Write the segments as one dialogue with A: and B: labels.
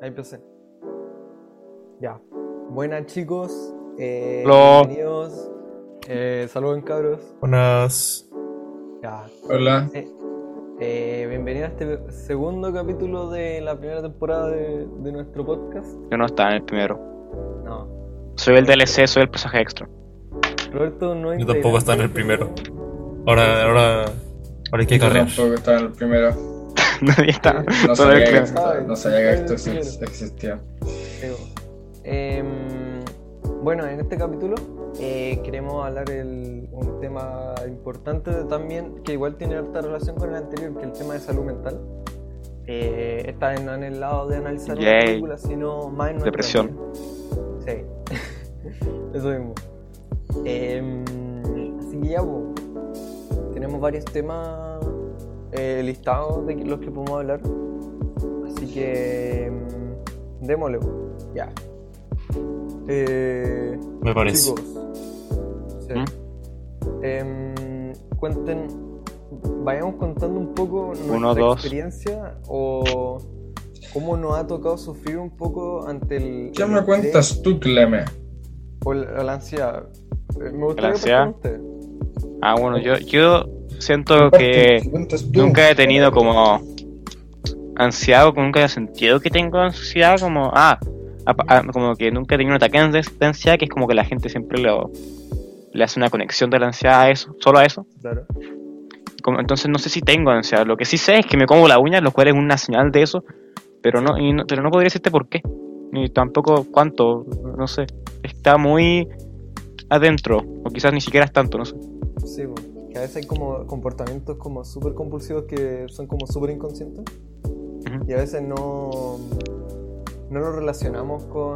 A: ahí empecé. Ya. Buenas chicos. Eh,
B: Hola.
A: Bienvenidos. Eh, saluden cabros.
C: Buenas.
A: Ya.
D: Hola.
A: Eh, eh, bienvenidos a este segundo capítulo de la primera temporada de, de nuestro podcast.
B: Yo no estaba en el primero.
A: No.
B: Soy el DLC, soy el personaje extra.
A: Roberto no
C: Yo tampoco estaba en el primero. Ahora, ahora, ahora hay que
D: Yo
C: carrear.
D: Tampoco estaba en el primero.
B: Nadie está.
D: No
B: Solo
D: sabía,
B: el
D: que,
B: Clem.
D: esto- no sabía que esto
A: Soy el
D: ex- existía.
A: Ego. Em, bueno, en este capítulo eh, queremos hablar el- un tema importante de- también que igual tiene harta relación con el anterior, que es el tema de salud mental. Eh, esta vez no en el lado de analizar una
B: Yay.
A: película, sino más en nuestra
B: Depresión.
A: vida. Sí, eso mismo. Em, así que ya, po, tenemos varios temas eh, listados de los que podemos hablar. Así que mm, démosle, po. ya. Eh,
C: Me parece.
A: chicos, sí.
B: ¿Mm?
A: Em, cuenten, vayamos contando un poco nuestra
B: Uno, dos.
A: experiencia o cómo nos ha tocado sufrir un poco ante el.
D: ¿Qué
A: el
D: me
A: estrés
D: cuentas tú, Cleme?
A: O la, la ansiedad. Eh, Me gustaría
B: ¿La ansiedad?
A: preguntar a usted.
B: Ah, bueno, yo, yo siento que
D: ¿Qué cuentas tú?
B: nunca he tenido como ansiedad, o que nunca he sentido que tengo ansiedad, como, ah, apa- ah, como que nunca he tenido un ataque de de ansiedad, que es como que la gente siempre lo, le hace una conexión de la ansiedad a eso, solo a eso.
A: Claro.
B: Como- entonces no sé si tengo ansiedad. Lo que sí sé es que me como la uña, lo cual es una señal de eso. Pero no, y no- pero no podría decirte por qué. Ni tampoco cuánto. No sé. Está muy adentro. O quizás ni siquiera es tanto, no sé.
A: Sí, po. que a veces hay como comportamientos como súper compulsivos que son como súper inconscientes
B: Ujú.
A: y a veces no, no lo relacionamos con,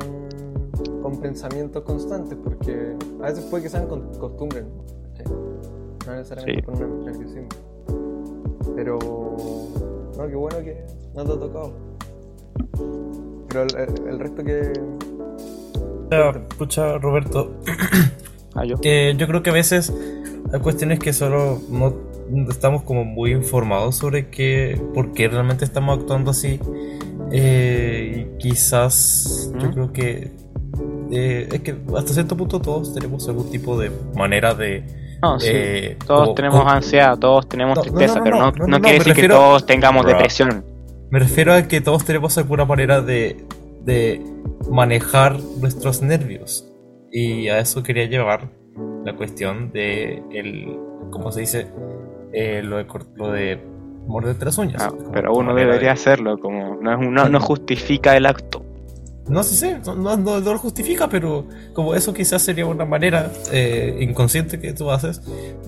A: con pensamientos constantes porque a veces puede que sean con- costumbres, ¿no? ¿Cachai? No necesariamente
B: Sí.
A: con una narcisismo. Pero, no, qué bueno que no te ha tocado. Pero el, el- el resto que...
C: Ya,
B: pues,
C: Escucha, Roberto,
B: Ah, yo.
C: que yo creo que a veces hay cuestiones que solo no estamos como muy informados sobre qué, por qué realmente estamos actuando así. Eh, y quizás yo
B: ¿Mm?
C: creo que eh, es que hasta cierto punto todos tenemos algún tipo de manera de
B: No, Ah, sí.
C: eh,
B: todos
C: como-
B: tenemos
C: como-
B: ansiedad, todos tenemos
C: No, no,
B: tristeza,
C: no, no,
B: pero no,
C: no, no,
B: no
C: no, me
B: quiere decir
C: refiero-
B: que todos tengamos
C: Bruh.
B: depresión.
C: Me refiero a que todos tenemos alguna manera de, de manejar nuestros nervios. Y a eso quería llevar la cuestión de el, ¿cómo se dice? Eh, lo, de, cor- lo de morderte las uñas.
B: Ah,
C: Como Mm.
B: pero
C: tu
B: uno
C: manera de-
B: debería hacerlo, como no, es un- no, no justifica el acto.
C: No sé, sé, no, no, no- no lo justifica, pero como eso quizás sería una manera eh, inconsciente que tú haces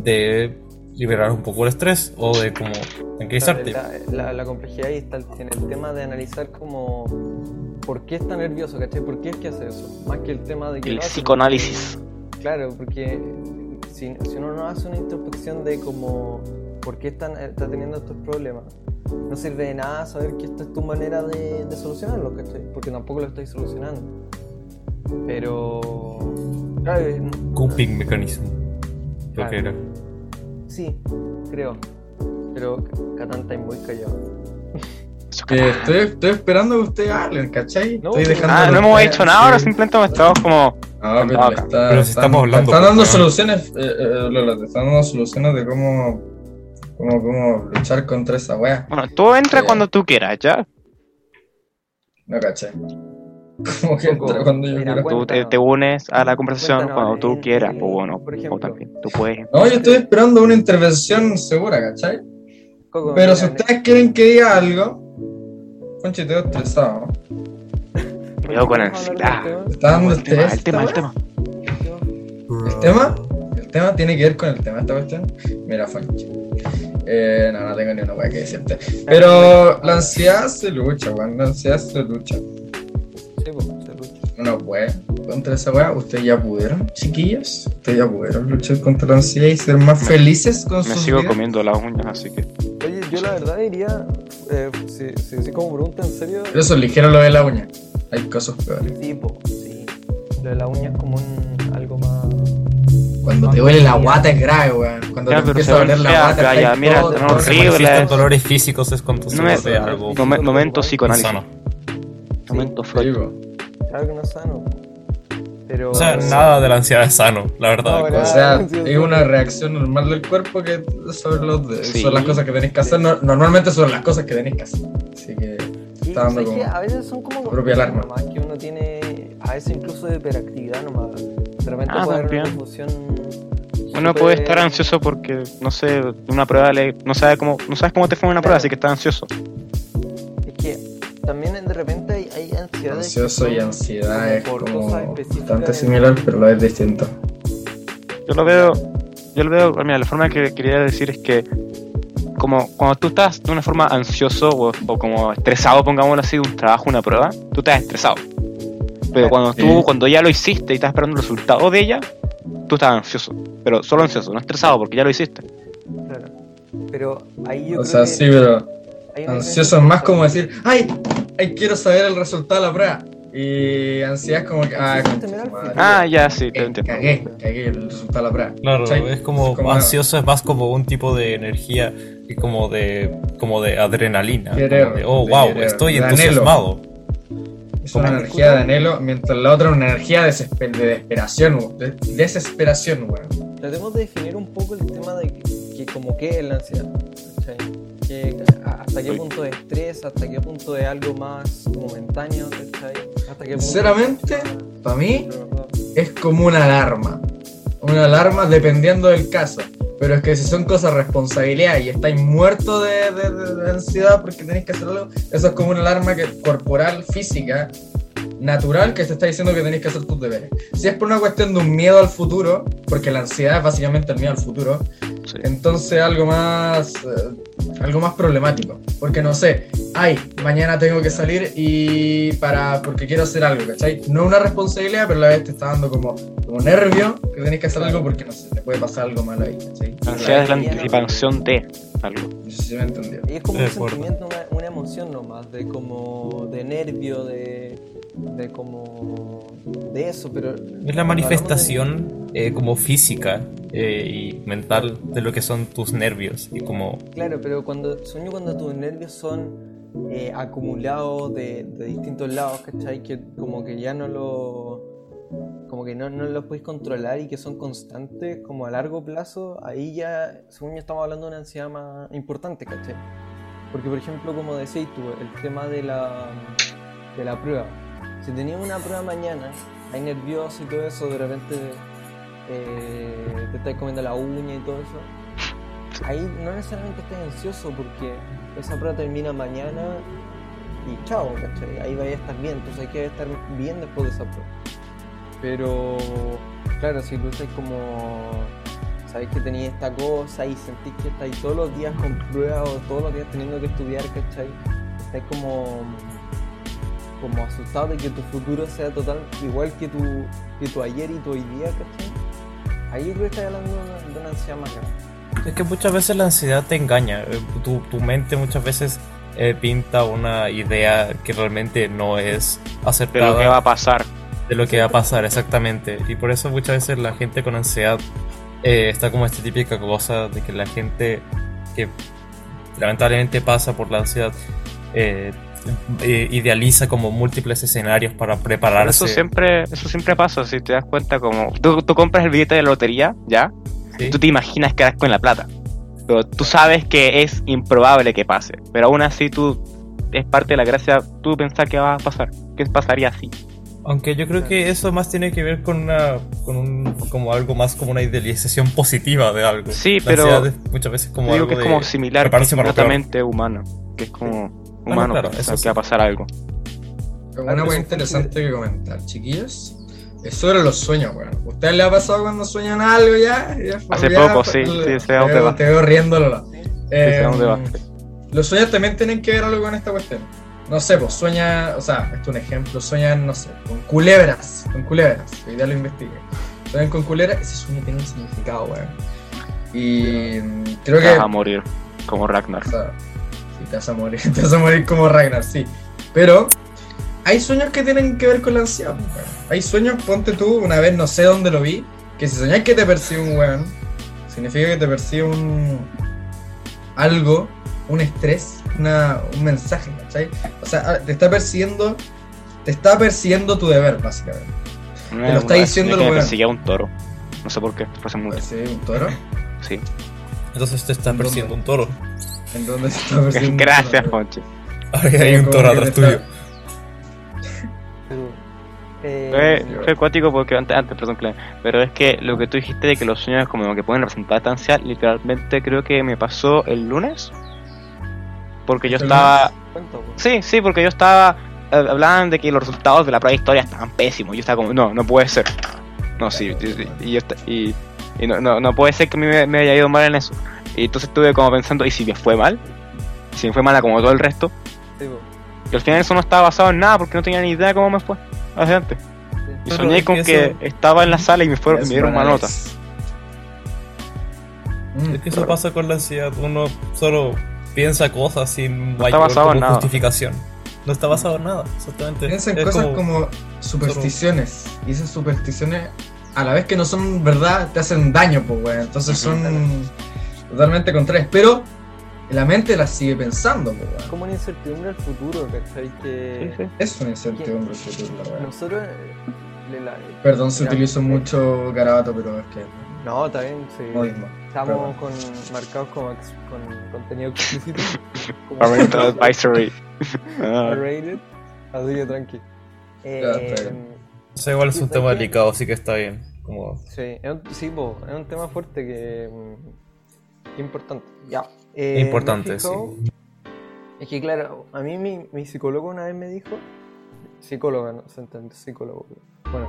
C: de liberar un poco el estrés o de como tranquilizarte.
A: La, la- la complejidad ahí está en el tema de analizar como por qué está nervioso, ¿cachai? ¿Por qué es que hace eso? Más que el tema de que
B: El
A: lo hace,
B: psicoanálisis.
A: porque- Claro, porque si, si uno no hace una introspección de como por qué están, está teniendo estos problemas, no sirve de nada saber que esta es tu manera de, de solucionarlo, ¿cachai? Porque tampoco lo estáis solucionando. Pero... Claro, es-
C: Coping mechanism. Creo que
A: Claro.
C: era.
A: sí, creo. Pero Catán está muy callado.
D: Que estoy, estoy esperando que ustedes hablen, ¿cachai?
A: No,
D: estoy dejando
B: Ah, no hemos
D: ustedes-
B: hecho nada, ahora
D: Sí.
B: simplemente hemos estado como.
D: Ah, pero,
B: Ah,
D: le
B: acá.
D: está-
C: Pero si
D: están-
C: estamos hablando,
D: Están
C: pues,
D: dando
C: weón.
D: soluciones, eh, eh, Lola, te están dando soluciones de cómo, cómo, cómo luchar contra esa wea.
B: Bueno, tú entra
D: Sí.
B: cuando tú quieras, ¿ya?
D: No caché. Como que
A: Poco.
D: entra cuando yo
A: Mira,
D: quiera.
A: cuenta.
B: Tú te, te unes a la conversación
A: Cuéntanos,
B: cuando tú
A: en-
B: quieras,
A: en-
B: pues bueno,
A: por
B: o
A: ejemplo.
B: también tú puedes.
D: No, yo estoy esperando una intervención segura, ¿cachai?
A: Coco,
D: Pero
A: mira,
D: si
A: ne-
D: ustedes quieren que diga algo, Conche, estoy estresado.
B: Me quedo
A: Vamos
B: con
A: a hablar
B: ansiedad.
A: del
D: Está dando
B: Ah, El tema,
D: estrés.
B: el tema, el
D: esta
B: tema.
A: tema.
D: ¿El tema? wea. El tema tiene que ver con el tema esta cuestión. Mira, Fanchi. Eh, no, no tengo ni una wea que decirte. Pero la ansiedad se lucha, weón. La ansiedad se lucha.
A: Sí, po, se lucha.
D: Uno puede contra esa wea. Ustedes ya pudieron, chiquillos. Ustedes ya pudieron luchar contra la ansiedad y ser más felices con
B: Me
D: sus
B: sigo
D: vidas?
B: comiendo las uñas, así que.
A: Oye, yo la verdad diría, eh, si, si, si como pregunta en serio,
D: Pero eso, ligero lo de la uña. Hay cosas peores.
A: sí, po, sí. Lo de la uña es como un, algo más...
D: Cuando te duele la guata es grave, weón. Cuando
B: Ya,
D: te
B: pero
D: empieza
B: se
D: a doler
B: ven
D: la
B: feas,
D: guata,
B: calla,
D: estáis todo-
B: mira, no,
D: todo
C: Cuando se
B: horrible.
C: manifiestan dolores físicos es cuando se
B: No me-
C: hace algo
B: Momen- momento
C: insano.
B: psicoanálisis. Momento
D: Sí,
B: Freud.
D: po.
A: Claro que no es sano. Pero.
C: O sea, nada de la ansiedad es sano, la verdad.
A: No,
D: O
A: Ah,
D: sea,
A: sí, sí.
D: es una reacción normal del cuerpo que sobre los de-
B: Sí.
D: son las cosas que tenéis que hacer. No- normalmente son las cosas que tenéis que hacer. Así que
A: Sí,
D: está dando
A: o sea,
D: como
A: que a veces son como
D: propia alarma.
A: más que uno tiene a veces incluso de hiperactividad nomás de repente
B: Ah,
A: puede haber una
B: también.
A: confusión
B: Uno
A: súper-
B: puede estar ansioso porque, no sé, una prueba, le- no, sabe cómo, no sabes cómo te fue en una
A: Claro.
B: prueba, así que estás ansioso.
A: es que también de repente hay, hay ansiedades que
D: ansioso y
A: son como
D: ansiedad es
A: por
D: como
A: cosas específicas
D: bastante
A: de-
D: similar, pero lo es distinto.
B: Yo lo veo, yo lo veo, mira, la forma que quería decir es que como cuando tú estás de una forma ansioso o, o como estresado, pongámoslo así, de un trabajo, una prueba, tú estás estresado. Pero cuando
D: Sí.
B: tú, cuando ya lo hiciste y estás esperando el resultado de ella, tú estás ansioso. Pero solo ansioso, no estresado porque ya lo hiciste.
A: claro. pero ahí yo
D: O
A: creo
D: sea,
A: que
D: sí, pero
A: hay una
D: ansioso es más como decir, ¡ay! ay, quiero saber el resultado de la prueba. Y ansiedad es como que, ¡ah,
A: Ansioso en
D: concha
A: general,
D: tu madre,
A: sí.
B: Ah, ya, sí, te
D: eh,
B: entiendo.
D: Cagué, cagué el resultado de la prueba.
C: Claro,
D: ¿Cachai?
C: es como
D: como-
C: ansioso, es más como un tipo de energía y como de como de adrenalina.
D: Querer,
C: como de, oh,
D: de
C: wow,
D: querer,
C: estoy
D: de
C: entusiasmado.
D: Es una
A: Como-
D: energía de anhelo, mientras la otra es una energía de, desesper- de desesperación, weón. De- desesperación, weón.
A: Tratemos de definir un poco el tema de que, que como qué es la ansiedad. ¿cachai? Que a- hasta qué
B: Uy.
A: punto es estrés, hasta qué punto es algo más momentáneo, ¿cachai? Hasta qué punto
D: Sinceramente, para mí
A: Pero, ¿verdad?
D: es como una alarma. Una alarma dependiendo del caso. Pero es que si son cosas de responsabilidad y estáis muerto de, de- de- de ansiedad porque tenéis que hacer algo, eso es como una alarma que, corporal, física, natural, que te está diciendo que tenéis que hacer tus deberes. Si es por una cuestión de un miedo al futuro, porque la ansiedad es básicamente el miedo al futuro,
B: Sí.
D: entonces algo más eh, algo más problemático porque no sé ay mañana tengo que salir y para porque quiero hacer algo ¿cachai? no una responsabilidad pero a la vez te está dando como como nervio que tenés que hacer algo porque no sé te puede pasar algo malo ahí ¿cachai?
B: La ansiedad es la
A: Claro.
B: anticipación de algo.
D: no sé si me entendió
A: Y es como
C: De
A: un
C: acuerdo.
A: sentimiento, una, una emoción nomás, de como de nervio, de, de como de eso, pero...
C: Es la manifestación eh, como física eh, y mental de lo que son tus nervios y como
A: Claro, pero cuando sueño cuando tus nervios son eh, acumulados de, de distintos lados, ¿cachai? Que como que ya no lo... Como que no, no los puedes controlar y que son constantes, como a largo plazo, ahí ya, según yo, estamos hablando de una ansiedad más importante, ¿cachai? Porque, por ejemplo, como decís tú, el tema de la, de la prueba. Si tenías una prueba mañana, hay nervioso y todo eso, de repente eh, te estás comiendo la uña y todo eso ahí no necesariamente estés ansioso porque esa prueba termina mañana y chao, ¿cachai? Ahí vaya a estar bien, entonces hay que estar bien después de esa prueba. Pero, claro, si tú estás como, sabéis que tenías esta cosa y sentís que estáis todos los días con pruebas o todos los días teniendo que estudiar, ¿cachai? Estáis como, como asustado de que tu futuro sea total igual que tu, que tu ayer y tu hoy día, ¿cachai? Ahí yo creo que estás hablando de una, de una ansiedad más grande.
C: Es que muchas veces la ansiedad te engaña. eh, Tu, tu mente muchas veces eh, pinta una idea que realmente no es
B: De lo que va
C: aceptada
B: a pasar.
C: de lo que va a pasar exactamente. Y por eso muchas veces la gente con ansiedad eh, está como esta típica cosa de que la gente que lamentablemente pasa por la ansiedad eh, eh, idealiza como múltiples escenarios para
B: Pero
C: prepararse.
B: Eso siempre, eso siempre pasa, si te das cuenta como... Tú, tú compras el billete de lotería, ¿ya?
C: ¿sí?
B: Tú te imaginas que harás con la plata. Pero tú sabes que es improbable que pase. Pero aún así tú... Es parte de la gracia tú pensar que va a pasar. Que pasaría así.
C: Aunque yo creo que eso más tiene que ver con una con un, como algo más como una idealización positiva de algo.
B: Sí,
C: La
B: pero-
C: ansiedad es muchas veces como
B: Yo digo
C: algo
B: que es
C: de
B: como similar, que es
C: prepararse para lo peor.
B: completamente humano. Que es como humano
C: claro,
B: pensar
C: eso
B: que va a pasar algo.
D: Como una cosa interesante que comentar chiquillos es sobre los sueños, weón. ¿Ustedes les ha pasado cuando sueñan algo ya? Ya fue-
B: Hace
D: ya
B: poco,
D: fue-
B: sí, sí, sé
D: te
B: a dónde
D: veo-
B: va.
D: Te veo riendo, Lola.
B: sé a
D: Em,
B: dónde va.
D: Los sueños también tienen que ver algo con esta cuestión. No sé, pues sueña, o sea, esto es un ejemplo, sueñan, no sé, con culebras, con culebras, hoy día lo investigué. Sueñan con culebras, ese sueño tiene un significado, weón. Y mm, creo
B: Vas
D: que...
B: a morir, como Ragnar.
D: O sea, sí, te vas a morir, te vas a morir como Ragnar, sí. Pero hay sueños que tienen que ver con la ansiedad. pues, weón. Hay sueños, ponte tú, una vez no sé dónde lo vi, que si soñás que te persigue un weón, significa que te persigue un. algo, un estrés, una- un mensaje, ¿cachai? O sea, ah, te está persiguiendo Te está persiguiendo tu deber, básicamente.
B: Una-
D: está
B: una vez
D: diciendo
B: soñé
D: lo
B: que Eh, me
D: bueno.
B: perseguía un toro. No sé por qué, fue hace mucho.
D: Sí, un toro. Pues
B: Sí.
C: Entonces te estás
D: ¿Dónde?
C: persiguiendo un toro.
D: ¿En dónde se está persiguiendo? un
B: Gracias,
D: toro?
B: Ponche.
C: Ahora que hay un
D: Como
C: toro
D: que te
C: atrás tuyo.
A: Pero, eh,
B: Fue, fue acuático porque antes, antes, perdón, Clem, pero es que lo que tú dijiste de que los sueños como que pueden representar esta ansiedad, literalmente creo que me pasó el lunes. Porque yo
D: ¿El
B: estaba.
A: cuento, po.
B: Sí, sí, porque yo estaba. eh, Hablaban de que los resultados de la prueba de historia estaban pésimos. Yo estaba como, no, no puede ser. No, sí, y, y- y yo esta- y- y no, no, no puede ser que a mí me, me haya ido mal en eso. Y entonces estuve como pensando, ¿y si me fue mal? Si me fue mala como todo el resto.
A: Sí, po.
B: Y al final eso no estaba basado en nada porque no tenía ni idea de cómo me fue. Adelante. Y
C: Pero
B: soñé
C: es
B: con
C: que
B: que
C: eso-
B: estaba en la sala y me fueron,
D: Es
B: me dieron una nota.
D: análisis. Mm,
C: Es que eso pasa con la ansiedad. Uno solo piensa cosas sin mayor
B: basado en
C: como
B: nada.
C: justificación. No está basado en nada, exactamente.
D: Piensa en
C: Es
D: cosas como, supersticiones. Y esas supersticiones, a la vez que no son verdad, te hacen daño, pues, weón. Entonces
B: Ujú.
D: son totalmente contrarias. Pero la mente las sigue pensando, pues, weón.
A: como una incertidumbre al futuro, ¿cachai? Que
D: Es una incertidumbre el futuro, la weá.
A: nosotros. eh, le la-
D: Perdón si
A: Mira,
D: utilizo
A: eh,
D: mucho garabato, pero es que.
A: No, también, sí.
D: modismo.
A: Estamos con, marcados como ex- con contenido explícito. como-
B: Parental advisory. Ah,
A: R-rated. Así que tranqui. Eh,
D: Ya, está bien.
C: Eso igual es un tema
A: ¿Sabes qué?
C: delicado, así que está bien. Como...
A: sí, es un, sí, po, es un tema fuerte que. mm, que importante. Ya. Eh, me
C: Importante,
A: fijo-
C: sí.
A: Es que, claro, a mí mi, mi psicólogo una vez me dijo. Psicóloga, no se entiende, psicólogo. Bueno,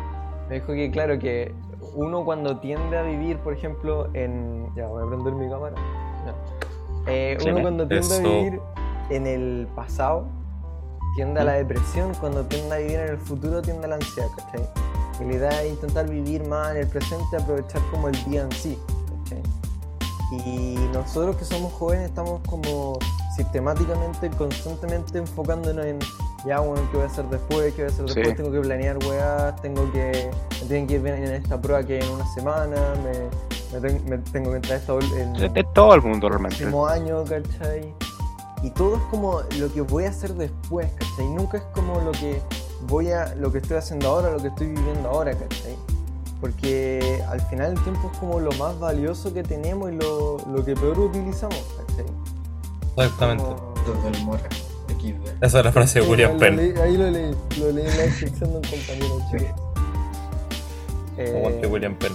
A: me dijo que, claro, que uno cuando tiende a vivir, por ejemplo, en. Ya, voy a prender mi cámara. Ya. Eh, uno
B: Clemente,
A: cuando tiende a
C: eso.
A: vivir en el pasado, tiende a la depresión. Cuando tiende a vivir en el futuro, tiende a la ansiedad, ¿cachai? Y la idea es intentar vivir más en el presente, aprovechar como el día en sí, ¿cachai? Y nosotros que somos jóvenes estamos como sistemáticamente, constantemente enfocándonos en ya, bueno, ¿qué voy a hacer después? ¿Qué voy a hacer
B: Sí.
A: después? Tengo que planear weas, tengo que. Me tienen que ir bien en esta prueba que en una semana, me, me ten- me tengo que entrar a esta. bol- en-
B: De de todo el mundo realmente.
A: próximo año, ¿cachai? Y todo es como lo que voy a hacer después, ¿cachai? Nunca es como lo que voy a, lo que estoy haciendo ahora, lo que estoy viviendo ahora, ¿cachai? Porque al final el tiempo es como lo más valioso que tenemos y lo, lo que peor utilizamos, ¿cachai?
C: Exactamente.
A: Como-
D: Todo el morra. XD.
C: Esa es la frase de William
A: Ahí lo
C: Penn.
A: leí- Ahí lo leí, lo leí en la descripción de un compañero, chicos.
C: Aguante
A: Eh,
C: William Penn.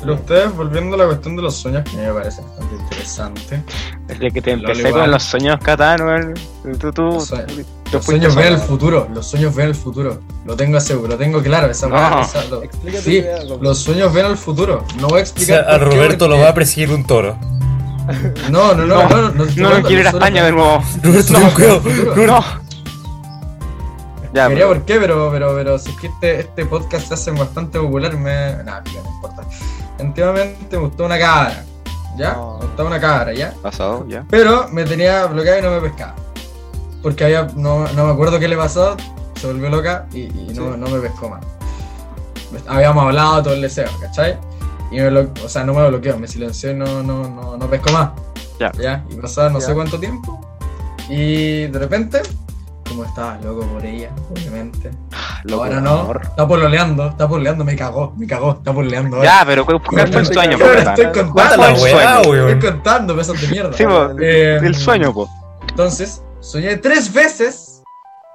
D: Pero ustedes, volviendo a la cuestión de los sueños, que a mí me parece bastante interesante.
B: Desde que te
D: Lol,
B: empecé
D: igual.
B: con los sueños catano, el- tú, tú,
D: Los sue-
B: tú
D: Los
B: fuiste
D: sueños ven
B: solo.
D: el futuro, los sueños ven el futuro. Lo tengo aseguro, lo tengo claro. Esa
B: No.
D: weá, esa- lo-
A: Explícate tu
D: Sí,
A: idea, Roberto.
D: los sueños ven el futuro. No
C: O sea,
D: voy a explicar.
C: a
D: por qué,
C: Roberto lo
D: porque-
C: va a perseguir un toro.
D: No, no, no,
B: No,
D: no. No,
B: No, no quiero ir a España de nuevo.
C: Roberto,
D: No,
C: ten cuidado.
D: futuro.
C: Roberto.
B: No. Ya,
D: Quería
B: pero-
D: por qué, pero, pero, pero si es que este, este podcast se hace bastante popular, me. Nah, pica, no importa. Antiguamente me gustó una cabra. ¿Ya?
A: No.
D: Me gustaba una cabra, ¿ya?
B: pasado, ya.
D: Pero me tenía bloqueado y no me pescaba. Porque había, no, no me acuerdo qué le pasó, se volvió loca y, y no,
A: Sí.
D: no me pescó más. Habíamos hablado todo el deseo, ¿cachai? Y me blo- o sea, no me bloqueó, me silenció y no, no, no, no pescó más.
B: Ya.
D: Y pasaba no
A: Ya.
D: sé cuánto tiempo. Y de repente, como estaba loco por ella, obviamente.
B: Loco,
D: ahora no,
B: amor.
D: está pololeando, está pololeando, me cagó, me cagó, está pololeando. ahora.
B: Ya, pero ¿cuál cuál fue el
A: Cuéntame,
B: sueño?
A: ya,
B: pues,
D: Ahora
B: verdad?
D: estoy
B: ¿Cuál
D: contando,
B: fue
C: La
B: el
C: weá,
B: sueño?
D: estoy
C: weón.
D: contando, pesos de mierda.
B: Sí, pues,
D: Eh,
B: el sueño, po.
D: Entonces, soñé tres veces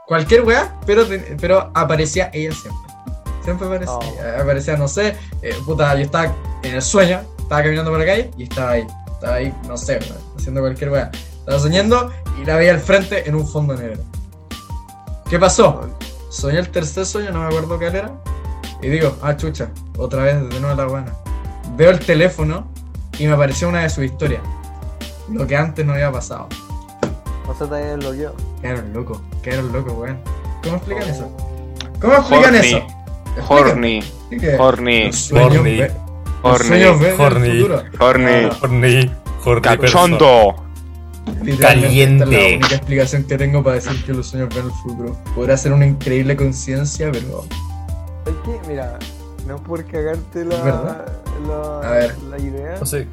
D: cualquier weá, pero, te- pero aparecía ella siempre. Siempre aparecía.
A: Oh.
D: eh, Aparecía, no sé, eh, puta, yo estaba en el sueño, estaba caminando por la calle y estaba ahí. Estaba ahí, no sé, weón, haciendo cualquier weá. Estaba soñando y la veía al frente en un fondo negro. ¿Qué pasó? Soñé el tercer sueño, no me acuerdo cuál era. Y digo, ah, chucha, otra vez de nuevo la guana. Veo el teléfono y me apareció una de sus historias. Lo que antes no había pasado.
A: O sea, también lo yo.
D: Quedaron locos, quedaron locos, weón. ¿Cómo
C: Oh.
D: explican eso? ¿Cómo explican
B: Horny.
D: eso? Explíquenme.
B: Horny,
D: Así que,
B: horny,
D: Los sueños
C: Horny.
D: ve- los sueños
B: horny,
D: ven
C: Horny.
D: el futuro.
B: horny,
C: Horny. Horny person.
B: cachondo.
D: Literalmente,
C: Caliente.
D: esta es la única explicación que tengo para decir que los sueños ven el futuro. Podrá ser una increíble conciencia, pero.
A: Es que, mira, no por cagarte la,
D: ¿Verdad?
A: la,
D: A ver.
A: la idea,
C: No sé,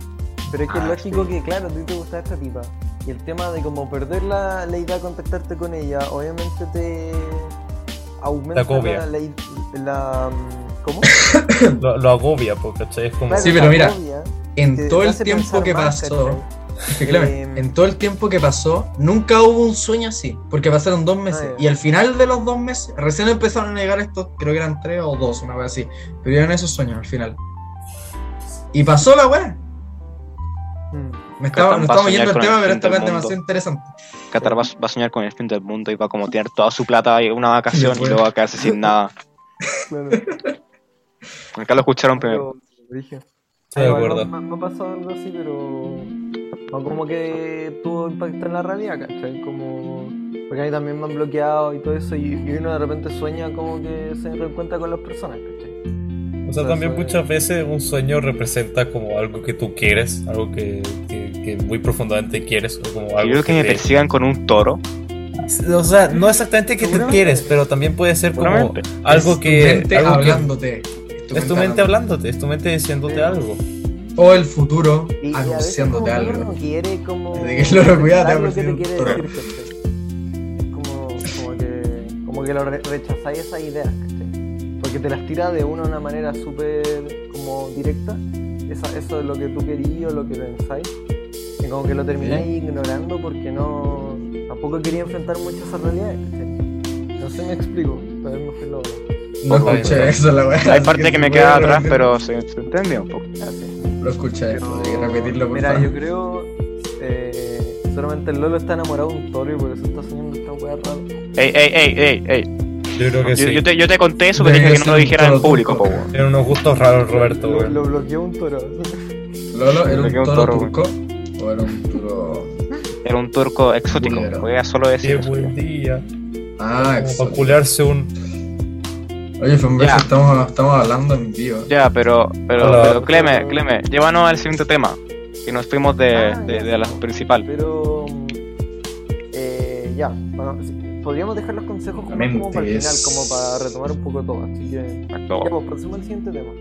A: pero es que es
B: Ah,
A: lógico
B: sí.
A: que, claro, a ti te gusta esta tipa. Y el tema de como perder la, la idea de contactarte con ella, obviamente te aumenta
C: La copia.
A: ley- la, mm, ¿Cómo?
C: Lo, lo agobia, porque ¿cachai? Es como.
A: Claro,
D: Sí,
A: la
D: pero mira,
A: copia te-
D: En
A: te
D: todo el
A: hace
D: tiempo
A: pensar
D: que
A: más,
D: pasó,
A: ¿cachai?
D: es que, claro,
A: Eh,
D: en todo el tiempo que pasó, nunca hubo un sueño así, porque pasaron dos meses.
A: Ah, ya.
D: Y al final de los dos meses, recién empezaron a llegar estos, creo que eran tres o dos, una vez así. Pero eran esos sueños al final. Y pasó la weá.
A: Mm.
D: Me estaba,
B: Catán
D: nos
B: va a
D: estamos
B: soñar
D: yendo al
B: con
D: tema,
B: el
D: pero
B: fin
D: esta weá
B: del
D: es
B: mundo.
D: demasiado interesante.
B: Qatar va, va a soñar con el fin del mundo y va a como tirar toda su plata en una vacación y
D: Después.
B: luego va a quedarse sin nada.
A: Claro,
B: Acá lo escucharon primero.
A: pero, dije.
C: Estoy de
A: Igual
C: acuerdo.
A: No, no- no pasó algo así, pero. no como que tuvo impacto en la realidad, ¿cachai? Como. Porque ahí también me han bloqueado y todo eso, y, y uno de repente sueña como que se reencuentra con las personas, ¿cachai?
C: O sea,
A: No
C: también
A: sé.
C: muchas veces un sueño representa como algo que tú quieres, algo que, que- que muy profundamente quieres, o como
B: Yo
C: algo
B: creo que me
C: te-
B: persigan con un toro.
C: O sea, no exactamente que tú
A: Seguramente.
C: quieres, pero también puede ser como
B: Seguramente.
C: algo
D: Es
C: que.
D: Tu mente
C: algo que-
D: hablándote.
C: es tu mente hablándote, es tu mente diciéndote algo.
D: O el futuro
A: Y, y a veces como
D: anunciándote
A: que uno
D: algo.
A: no quiere como.
D: Desde que lo recuida, te
A: aceptar
D: va
A: lo que te
D: a
A: quiere
D: parecer
A: decir, ¿cachai? Como, como que. Como que lo re- rechazáis esas ideas, ¿cachai? Porque te las tira de una, una manera súper como directa. Esa- eso es lo que tú querías o lo que pensáis. Y como que lo termináis ignorando porque no. Tampoco quería enfrentar mucho esa realidad, ¿cachai? No sé, me explico. Tal vez me fui loco.
D: No
B: Ojo,
D: escuché
B: ojo.
D: eso, la weá.
B: Hay
D: así
B: parte que me
D: voy a
B: queda atrás,
D: repetir-
B: pero se, se entendió un poco.
A: Gracias.
D: Lo escuché, eso, hay que repetirlo por
A: Mira,
D: favor.
A: yo creo. Eh, solamente el Lolo está enamorado de un toro y por eso está soñando esta wea rara.
B: Ey, ey, ey, ey, ey.
C: Yo creo que
B: Yo,
C: sí.
B: yo te, yo te conté eso, pero
D: Debería
B: dije que no
D: ser
B: lo
D: un
B: dijeras en
D: toro
B: público,
D: turco.
B: po, weón.
C: Tiene unos gustos raros, Roberto,
A: Lo,
C: weón.
A: lo bloqueó un toro.
D: Lolo era
B: Me
D: un
B: quedó
D: toro,
B: un toro, güey.
D: turco o era un toro.
B: Era un turco exótico.
D: Bulero.
B: Podía solo decir.
C: Qué
B: eso.
C: buen día.
D: Ah,
C: Como
D: exacto.
C: para culearse un.
D: Oye, fue un beso,
B: Ya.
D: estamos, estamos hablando en vivo.
B: Ya, pero, pero,
C: Hola.
B: pero Cleme, Cleme, llévanos al siguiente tema. Y nos fuimos de,
A: Ah,
B: de,
A: ya.
B: de la principal.
A: Pero. mm, Eh, ya, bueno, sí, podríamos dejar los consejos como,
D: Lamentes.
A: como para el final, como para retomar un poco todo. Así que. Ya, pues, pasemos al siguiente tema.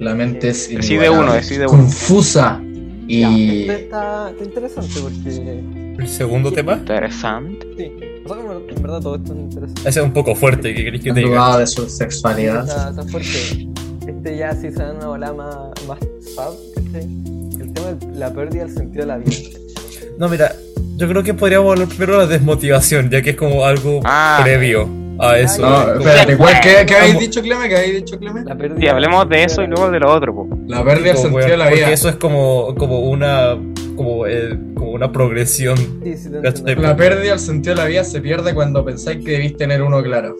D: La mente es
A: Eh,
B: decide
D: inigualable,
B: uno, decide uno.
D: Confusa
A: Ya,
D: y.
A: este está, está interesante porque.
C: ¿El segundo tema?
B: Interesante.
A: Sí, o sea, como en verdad todo esto es interesante.
C: Ese es un poco fuerte, ¿qué queréis que te diga?
D: dudaba de su
A: Sí,
D: sexualidad.
A: Está, está fuerte. Este ya sí se da una bola más, más sad, ¿cachai? El tema de la pérdida del sentido de la vida.
C: No, mira, yo creo que podríamos hablar primero de la desmotivación, ya que es como algo
B: Ah.
C: previo a eso.
D: No,
A: Sí,
D: espérate, ¿cuál- ¿qué, qué habéis
C: Vamos.
D: dicho, Cleme? ¿Qué habéis dicho, Cleme?
A: La pérdida
B: Y hablemos de eso y luego de lo otro, po.
D: La pérdida del
C: Tipo,
D: sentido
C: weón,
D: de la
C: porque
D: vida.
C: eso es como, como una como, eh, como una progresión.
A: Sí, sí, te
C: That's
A: entiendo.
D: La pérdida del sentido de la vida se pierde cuando pensáis que debís tener uno claro.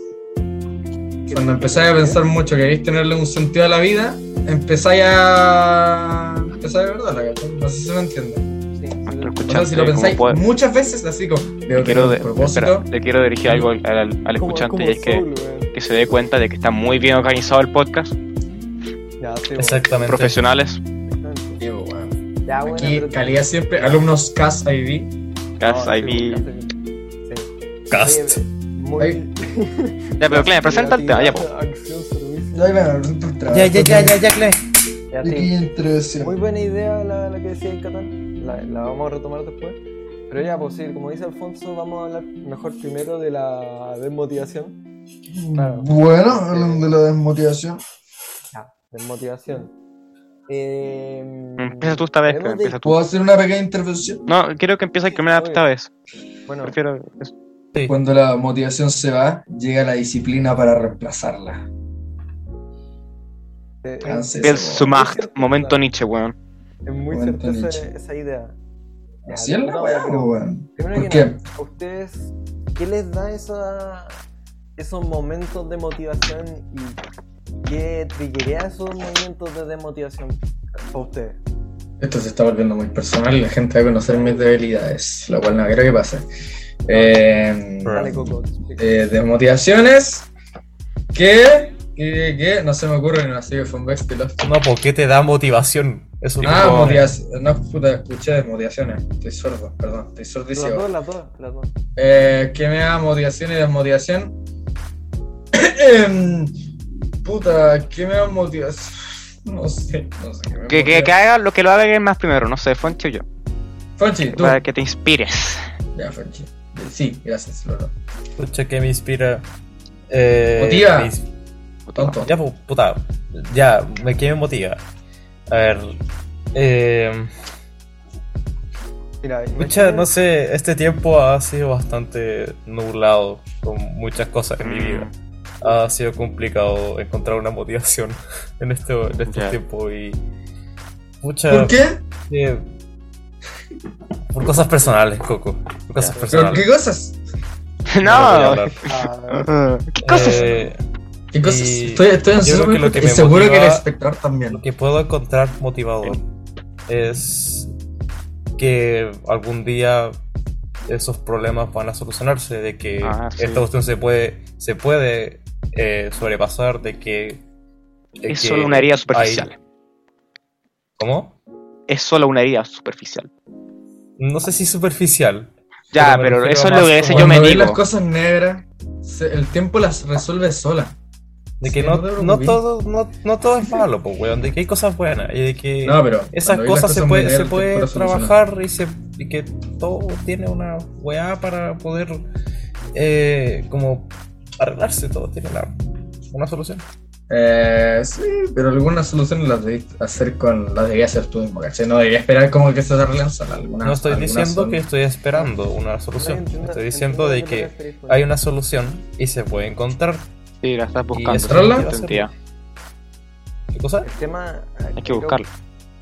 D: Cuando empezáis a pensar mucho que debís tenerle un sentido a la vida, empezáis a. empezáis de verdad, la cachai. No sé si me entiende.
A: Sí, sí, te-
B: Nuestro
D: O sea, si lo
B: Escuchante,
D: pensáis
B: eh, como puede-
D: muchas veces, así como. Debo tener
B: Quiero
D: un
B: de- espera,
D: propósito.
B: le quiero dirigir algo al, al- al
A: como-
B: escuchante
A: como
B: y es que,
A: Soul, weón.
B: que se dé cuenta de que está muy bien organizado el podcast.
A: Ya, sí, weón.
C: Exactamente.
B: Profesionales.
D: Sí, weón.
A: Ya, bueno,
D: Aquí,
A: pero-
D: calidad siempre, alumnos CAS ID.
B: Gas,
A: No, sí,
B: IV.
A: Cast ID. Sí.
C: Cast.
A: Oye, Muy...
D: Ahí.
B: Ya, pero Cleme, presenta el tema. Ya, po.
A: Acción, servicio.
C: ya, Clay.
A: Ya, sí. Muy buena idea la, la que decía el Catán, la, la vamos a retomar después. Pero ya, pues sí, como dice Alfonso, vamos a hablar mejor primero de la desmotivación. Claro.
E: Bueno, hablan de la desmotivación.
A: Desmotivación. Eh,
B: Empieza tú esta vez, Cleme.
A: hablemos de-
B: Empieza tú.
E: ¿Puedo hacer una pequeña intervención?
B: No, quiero que empiece Cleme
A: Oye.
B: esta vez.
A: Bueno,
B: Prefiero. eso.
E: Cuando la motivación se va, llega la disciplina para reemplazarla.
A: eh, es,
E: Canse
B: Bill
E: ese,
B: Sumacht, momento Nietzsche, weón.
A: es muy
E: Momento
A: cierta esa,
E: Nietzsche.
A: esa idea.
E: weón.
A: Ya,
E: Así es la
A: no,
E: weá,
A: pero-
E: weón.
A: Primero
E: ¿Por
A: que
E: qué?
A: nada, ¿a ustedes, ¿qué les da esa, esos momentos de motivación y qué triggería esos momentos de desmotivación para ustedes?
D: Esto se está volviendo muy personal y la gente va a conocer mis debilidades, lo cual no quiero que pase. Eh,
A: Dale, Coco, explica.
D: eh, desmotivaciones que, que, que no se me ocurren, así que fue un bestilo.
C: No, porque te da motivación. Eso es
D: Ah,
C: como-
D: motivaciones. No, puta, escuché desmotivaciones. Estoy sordo, perdón, estoy sordo y
A: Las
D: ciego.
A: dos, las dos, las dos.
D: Eh, ¿Qué me da motivación y desmotivación? Em, puta, ¿qué me da motivación? No sé, no sé. ¿qué me
B: Que, que,
D: motiva?
B: que haga lo que lo haga alguien más primero, no sé, Fonchi o yo.
D: Fonchi, tú.
B: Para que te inspires.
D: Ya, Fonchi. Sí, gracias, Lolo.
C: Escucha que me inspira. Eh,
D: Motiva.
C: mis-
D: Tonto.
C: Ya, pu- puta. Ya, me quedé me motiva. A ver. Eh,
A: Mira,
C: mucha,
A: imagínate-
C: no sé, este tiempo ha sido bastante nublado con muchas cosas en mi vida. Ha sido complicado encontrar una motivación en este, en este
B: Ya.
C: tiempo y. Mucha,
D: ¿Por qué?
C: eh, por cosas personales, Coco. Por cosas
D: ¿Pero qué
C: personales.
D: cosas?
C: lo voy a
B: No.
C: hablar.
A: Ah,
B: Ah, ¿Qué cosas?
C: Eh,
D: ¿Qué cosas?
C: Y-
D: Estoy, estoy
C: yo
D: ansioso
C: creo que lo
D: porque-
C: que me
D: seguro que el
C: motiva-
D: espectador también.
C: Lo que puedo encontrar motivador es que algún día esos problemas van a solucionarse, de que
B: Ah, sí.
C: esta cuestión se puede, se puede eh, sobrepasar, de que... de
B: es
C: que
B: solo una herida
C: hay-
B: superficial.
C: ¿Cómo?
B: Es solo una herida superficial.
C: No sé si superficial.
B: Ya,
C: Pero me
B: pero,
C: refiero
B: eso es
C: más
B: lo que ese
C: como
B: yo me
D: Cuando ves
B: digo.
D: las cosas negras, se- el tiempo las resuelve sola.
C: De
D: Sí,
C: que no,
D: no te
C: no,
D: preocupes.
C: todo, no, no todo es malo, pues, weón. De que hay cosas buenas y de que...
D: No, pero.
C: Esas
D: cuando ves las
C: cosas se
D: muy
C: puede,
D: negras,
C: se
D: el tiempo
C: puede
D: las soluciona.
C: trabajar y, se, y que todo tiene una weá para poder eh, como arreglarse, todo tiene la- una solución.
D: Eh, sí, pero algunas soluciones las debí hacer con. Las debía hacer tú mismo, ¿cachai? No debía esperar como que se arreglen sola. Algunas-
C: No estoy
D: algunas
C: diciendo
D: son-
C: que estoy esperando una solución,
A: entiendo-
C: estoy diciendo de
A: entiendo a
C: que
A: qué te referís,
C: hay una solución y se puede encontrar.
B: Sí, la estás buscando.
C: ¿Y
B: sí,
D: Strolla?
B: yo te entendía.
C: ¿Qué cosa?
A: El tema.
B: Hay que buscarlo.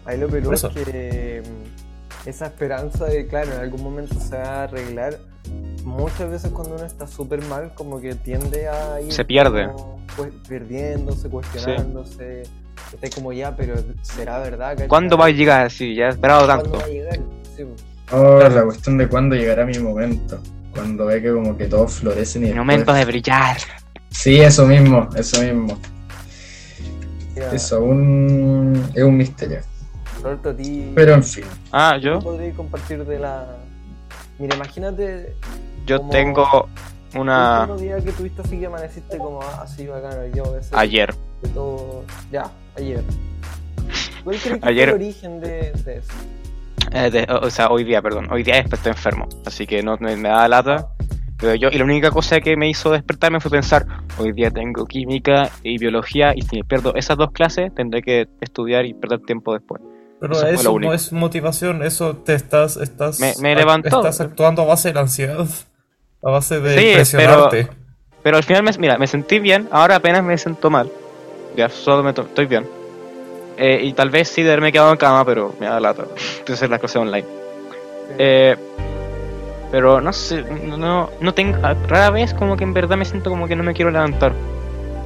A: Ahí lo peor
C: Por
A: es
C: eso.
A: que mm, esa esperanza de, claro, en algún momento se va a arreglar. Muchas veces cuando uno está súper mal, como que tiende a ir.
B: Se pierde.
A: como, pues, perdiéndose, cuestionándose. Está como ya, pero ¿será verdad? ¿Cachai?
B: ¿Cuándo va a llegar así? Ya he esperado
A: ¿Cuándo
B: tanto.
A: va a llegar? Sí, pues.
D: Oh, la cuestión de cuándo llegará mi momento. Cuando ve que como que todos florecen y.
B: Mi
D: después-
B: momento de brillar.
D: Sí, eso mismo, eso mismo.
A: Mira,
D: Eso aún es un misterio.
A: Roberto, a ti.
D: Pero en fin.
B: Ah, yo.
A: podría compartir de la. Mira, imagínate
B: Yo
A: Como-
B: tengo
A: el
B: una.
A: último día que tuviste así que amaneciste como "Ah, así bacano. Yo, ese-
B: Ayer.
A: de todo. Ya, ayer. ¿Cuál crees que
B: Ayer-
A: fue el origen de, de eso?
B: eh, de- o o sea, hoy día, perdón. Hoy día desperté enfermo. Así que no me, me da lata. Pero yo, y la única cosa que me hizo despertarme fue pensar: hoy día tengo química y biología. Y si me pierdo esas dos clases, tendré que estudiar y perder tiempo después.
C: Pero
B: Eso
C: eso,
B: fue lo único.
C: no es motivación, eso te estás, estás,
B: Me- me
C: ac-
B: levantó.
C: estás actuando a base de la ansiedad, a base de
B: Sí, pero-
C: presionarte.
B: Pero al final, me, mira, me sentí bien. Ahora apenas me siento mal. Ya, solo me to- estoy bien. Eh, y tal vez sí de haberme quedado en cama, pero me da lata. Entonces las clases online. Eh, pero no sé, no, no tengo. Rara vez como que en verdad me siento como que no me quiero levantar.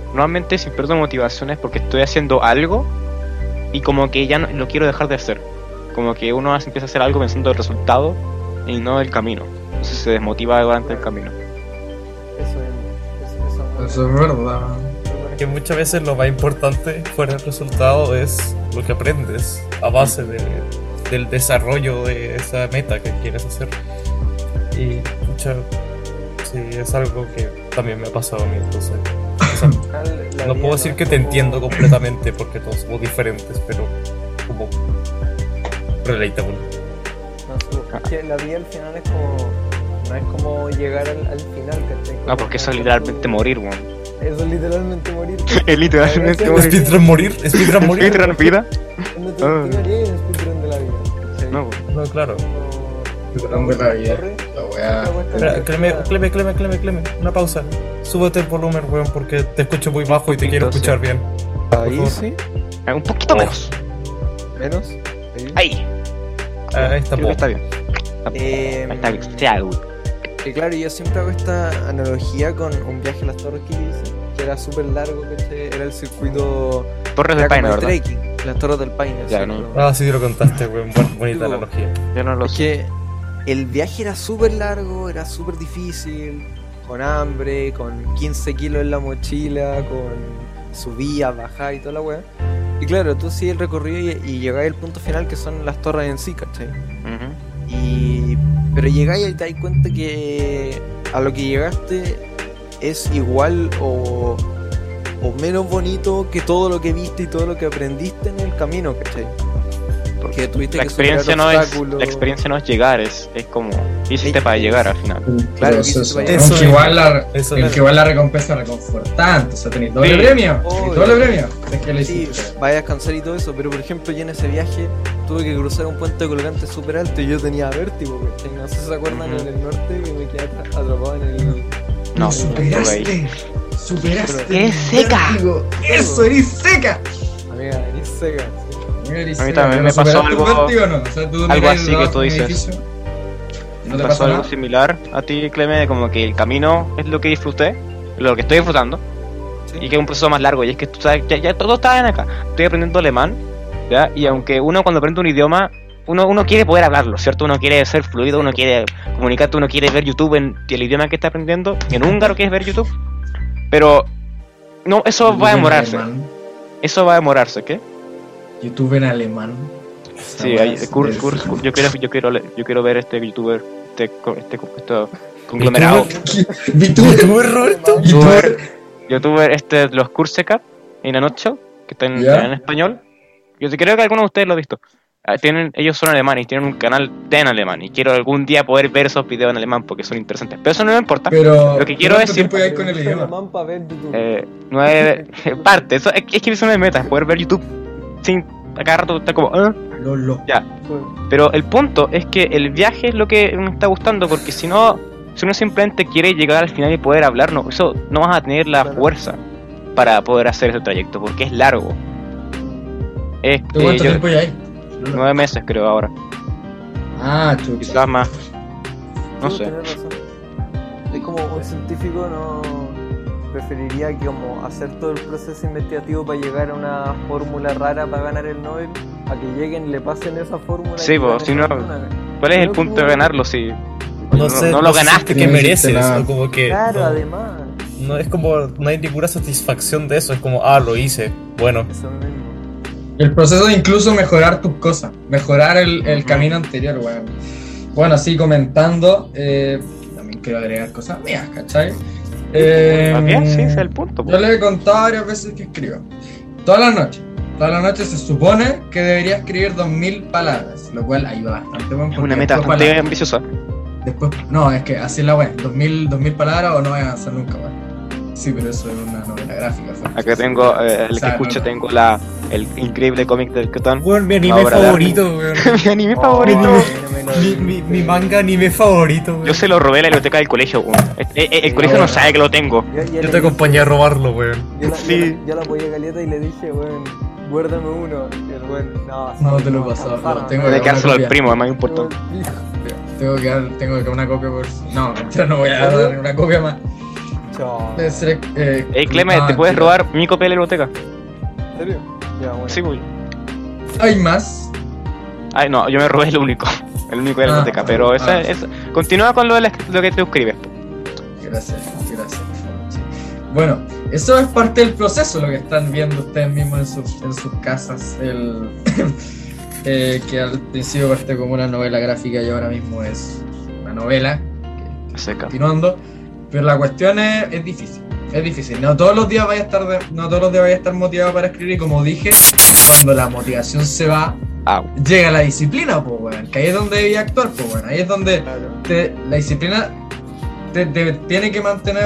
B: Normalmente si pierdo motivación es porque estoy haciendo algo y como que ya no, lo quiero dejar de hacer. Como que uno hace- empieza a hacer algo pensando el resultado y no el camino. Entonces se desmotiva durante el camino.
A: Eso es. Eso, eso,
D: Eso es verdad.
A: bueno.
C: Que muchas veces lo más importante fuera el resultado es lo que aprendes a base de- del desarrollo de esa meta que quieres hacer. Y mucha, sí, es algo que también me ha pasado a mí, entonces. o sea,
A: Al- la
C: no
A: vida
C: puedo decir
A: es
C: que te
A: como-
C: entiendo completamente porque todos somos diferentes, pero como relatable.
A: no
B: Ah.
A: sé, que la vida al final es como. No es como llegar al, al final, ¿cachai?
B: No,
A: Como
B: Ah, porque
A: alcanzar
B: eso es literalmente
A: tu-
B: morir, weón.
A: Eso es literalmente morir.
B: Es Eh, literalmente
A: Pero
B: morir.
C: ¿Speedrun morir? ¿Speedrun
B: ¿Es
C: morir?
B: literal vida?
A: No te
B: Ah.
A: llegaría el speedrun de la vida. ¿cachai?
B: No, weón.
C: No, claro.
A: Como-
D: Speedrun de la vida. La
A: Esta
D: weá.
A: cuestión
C: Ah. Espera,
A: de-
C: Cleme, Cleme, Cleme, Cleme, Cleme, una pausa. Súbete el volumen, weón, porque te escucho muy bajo y te quiero
B: Entonces-
C: escuchar bien. Por
A: Ahí
C: favor.
A: sí.
B: Eh, Un poquito menos.
A: Menos. ahí.
B: Ahí.
C: Ah, está
B: Creo que
C: po.
B: está bien.
A: Eh,
B: Ahí está bien. Sí, ah, weón.
A: Que claro, yo siempre hago esta analogía con un viaje a las torres que yo hice, que era súper largo, que era el circuito
B: Torres
A: era
B: de Paine,
A: como el
B: ¿verdad?
A: trekking, las torres del Paine.
B: Ya,
A: así,
B: ¿no?
A: como-
C: Ah, sí, lo contaste, weón. Buen-
A: Sí,
C: Bonita
A: po.
C: analogía.
B: Yo no lo
A: Es
B: sé.
A: que el viaje era súper largo, era súper difícil, con hambre, con 15 kilos en la mochila, con subía, bajar y toda la weá. Y claro, tú sigues el recorrido y, y llegáis al punto final que son las torres en sí, ¿cachai?
B: Ujú.
A: Y, pero llegáis y te das cuenta que a lo que llegaste es igual o, o menos bonito que todo lo que viste y todo lo que aprendiste en el camino, ¿cachai?
B: porque
A: Que tuviste
B: la
A: que superar
B: experiencia, no es,
A: obstáculos.
B: la experiencia no es llegar, es, es como ¿qué hiciste
A: Sí.
B: para llegar al final.
A: Claro,
E: eso,
A: que
E: es-
A: se
C: Eso
D: Aunque
C: es.
D: igual la,
C: Eso
D: el
C: es.
D: que igual la recompensa es reconfortante. O sea, tenéis doble
B: Sí.
D: premio.
A: Obvio.
D: tenéis doble premio. Es que lo
A: Sí,
D: hiciste.
A: vaya a descansar y todo eso, pero por ejemplo yo en ese viaje tuve que cruzar un puente colgante súper alto y yo tenía vértigo, ¿cachai? No sé si se acuerdan
B: Ujú.
A: en el norte que me quedé atra- atrapado en el...
B: No,
D: superaste. Superaste.
B: Eres seca.
D: Digo, Eso, eres seca.
A: Amiga, eres seca.
D: Eres
B: A mí
D: seca, pero
B: también me pasó
D: superaste
B: algo-
D: el vértigo, ¿no? O sea, tú
B: algo
D: miras
B: así que
D: abajo
B: tú
D: de un
B: dices.
D: edificio y No
B: me
D: te
B: pasó
D: pasa
B: algo
D: nada.
B: similar a ti, Cleme, como que el camino es lo que disfruté, lo que estoy disfrutando,
A: Sí.
B: y que es un proceso más largo, y es que tú sabes, ya, ya todos estaban acá, estoy aprendiendo alemán, ¿ya? y aunque uno cuando aprende un idioma, uno, uno quiere poder hablarlo, ¿cierto? Uno quiere ser fluido, uno quiere comunicarte, uno quiere ver YouTube en el idioma que está aprendiendo, en húngaro quieres ver YouTube, pero no, eso va a
D: YouTube en
B: demorarse,
D: alemán,
B: eso va a demorarse, ¿qué?
D: YouTube en alemán.
B: Sí, hay, cur- cur- cur- yo quiero, yo quiero, le- yo quiero ver este youtuber, este, co- este, co- esto- conglomerado,
D: VTuber.
C: ¿Tú, Roberto?
D: VTuber.
B: youtuber este, los Cursecap y Nanocho, que están
D: Ya.
B: en español. Yo sí creo que alguno de ustedes lo ha visto. Ah, Tienen, ellos son alemanes, tienen un canal de en alemán y quiero algún día poder ver esos videos en alemán porque son interesantes. Pero eso no me importa.
D: Pero.
B: Lo que quiero
D: ¿cuánto
B: decir-
D: tiempo lleváis con el idioma?
A: Man pa' ver YouTube.
B: Eh, nueve parte, eso, es, es que eso es mi meta, es poder ver YouTube sin a cada rato estar como. "Ah".
D: Lolo.
B: Pero el punto es que el viaje es lo que me está gustando, porque si no, si uno simplemente quiere llegar al final y poder hablar, no, eso no vas a tener la
A: Claro.
B: fuerza para poder hacer ese trayecto, porque es largo. Es,
D: ¿Tú
B: eh,
D: cuánto
B: yo-
D: tiempo lleváis?
B: nueve meses creo ahora,
D: Ah, chucha.
B: quizás más, no
A: Sí,
B: sé.
A: tenés razón. Es como un científico no preferiría que como hacer todo el proceso investigativo para llegar a una fórmula rara para ganar el Nobel, a que lleguen, le pasen esa fórmula.
B: Sí,
A: y
B: po,
A: ganen
B: si no-
A: la fortuna.
B: ¿Cuál es el
A: Pero
B: punto de
A: como-
B: ganarlo si
C: No, sé,
B: no lo
C: sé
B: ganaste?
C: qué
E: No
C: mereces.
E: hiciste nada.
C: o como que
A: Claro,
C: Eh, no,
A: además.
C: no es como, no hay ninguna satisfacción de eso. Es como, ah, lo hice. Bueno,
A: Eso mismo.
D: El proceso de incluso mejorar tus cosas, mejorar el, el
B: Ujú.
D: camino anterior, weón. Bueno, así comentando, eh, también quiero agregar cosas mías, ¿cachai? Eh,
B: ¿Más Ah, bien? Sí, ese es el punto. pues. po.
D: Yo les he contado varias veces que escribo. Todas las noches. Todas las noches se supone que debería escribir 2000 palabras, lo cual ayuda bastante, weón.
B: Es
D: porque
B: una meta
D: después
B: bastante
D: palabras-
B: ambiciosa.
D: Después, no, es que así es la weón. 2000, 2000 palabras o no voy a avanzar nunca, weón. Sí, pero eso es una novela gráfica. weón.
B: Acá tengo, eh, el
D: O
B: que
D: sea,
B: escucho,
D: no-
B: tengo la, el increíble cómic del Cotón.
C: weón, mi
B: Una
C: anime
B: obra de
C: favorito, weón.
B: mi anime
A: Oh.
B: favorito.
C: Mi, mi- mi manga anime favorito, weón.
B: Yo se lo robé a la biblioteca del colegio. weón. Eh, eh, el colegio no sabe que lo tengo.
A: Yo, yo
C: Yo
A: le-
C: te acompañé a robarlo, weón.
A: yo la-
B: Sí.
A: yo la- yo la apoyé a Caleta y le dije, weón, guárdame uno. Y el weón, no,
D: No, te lo he pasado,
A: Sara,
D: lo tengo
A: no,
B: De
D: Pero
B: quedárselo
D: una
B: al
D: copia.
B: primo, es más importante.
D: Tengo que dar, tengo que dar una copia por. No, mentira, no voy a dar una copia más.
A: Chao.
D: Debe ser. Eh,
B: Ey, Clemente, ¿te
D: ah,
B: puedes
D: tira.
B: robar mi copia de la biblioteca?
A: ¿En serio? Ya, bueno.
B: Sí, güey.
D: Hay más.
B: Ay, no, yo me robé el único. El único de la
D: Ah,
B: biblioteca. Pero
D: ah,
B: eso
D: ah.
B: es. Continúa con lo, de la- lo que tú escribes.
D: Gracias, gracias. por favor, sí. Bueno, eso es parte del proceso, lo que están viendo ustedes mismos en sus, en sus casas. El, eh, que al principio parte como una novela gráfica y ahora mismo es una novela.
B: Seca.
D: continuando. Pero la cuestión es, es difícil. Es difícil. No todos los días vaya a estar de- no todos los días vaya a estar motivado para escribir. Y como dije, cuando la motivación se va,
B: Au.
D: llega la disciplina, pues weón. Que ahí es donde debía actuar, pues weón. Ahí es donde
A: Claro.
D: te- la disciplina te, te tiene que mantener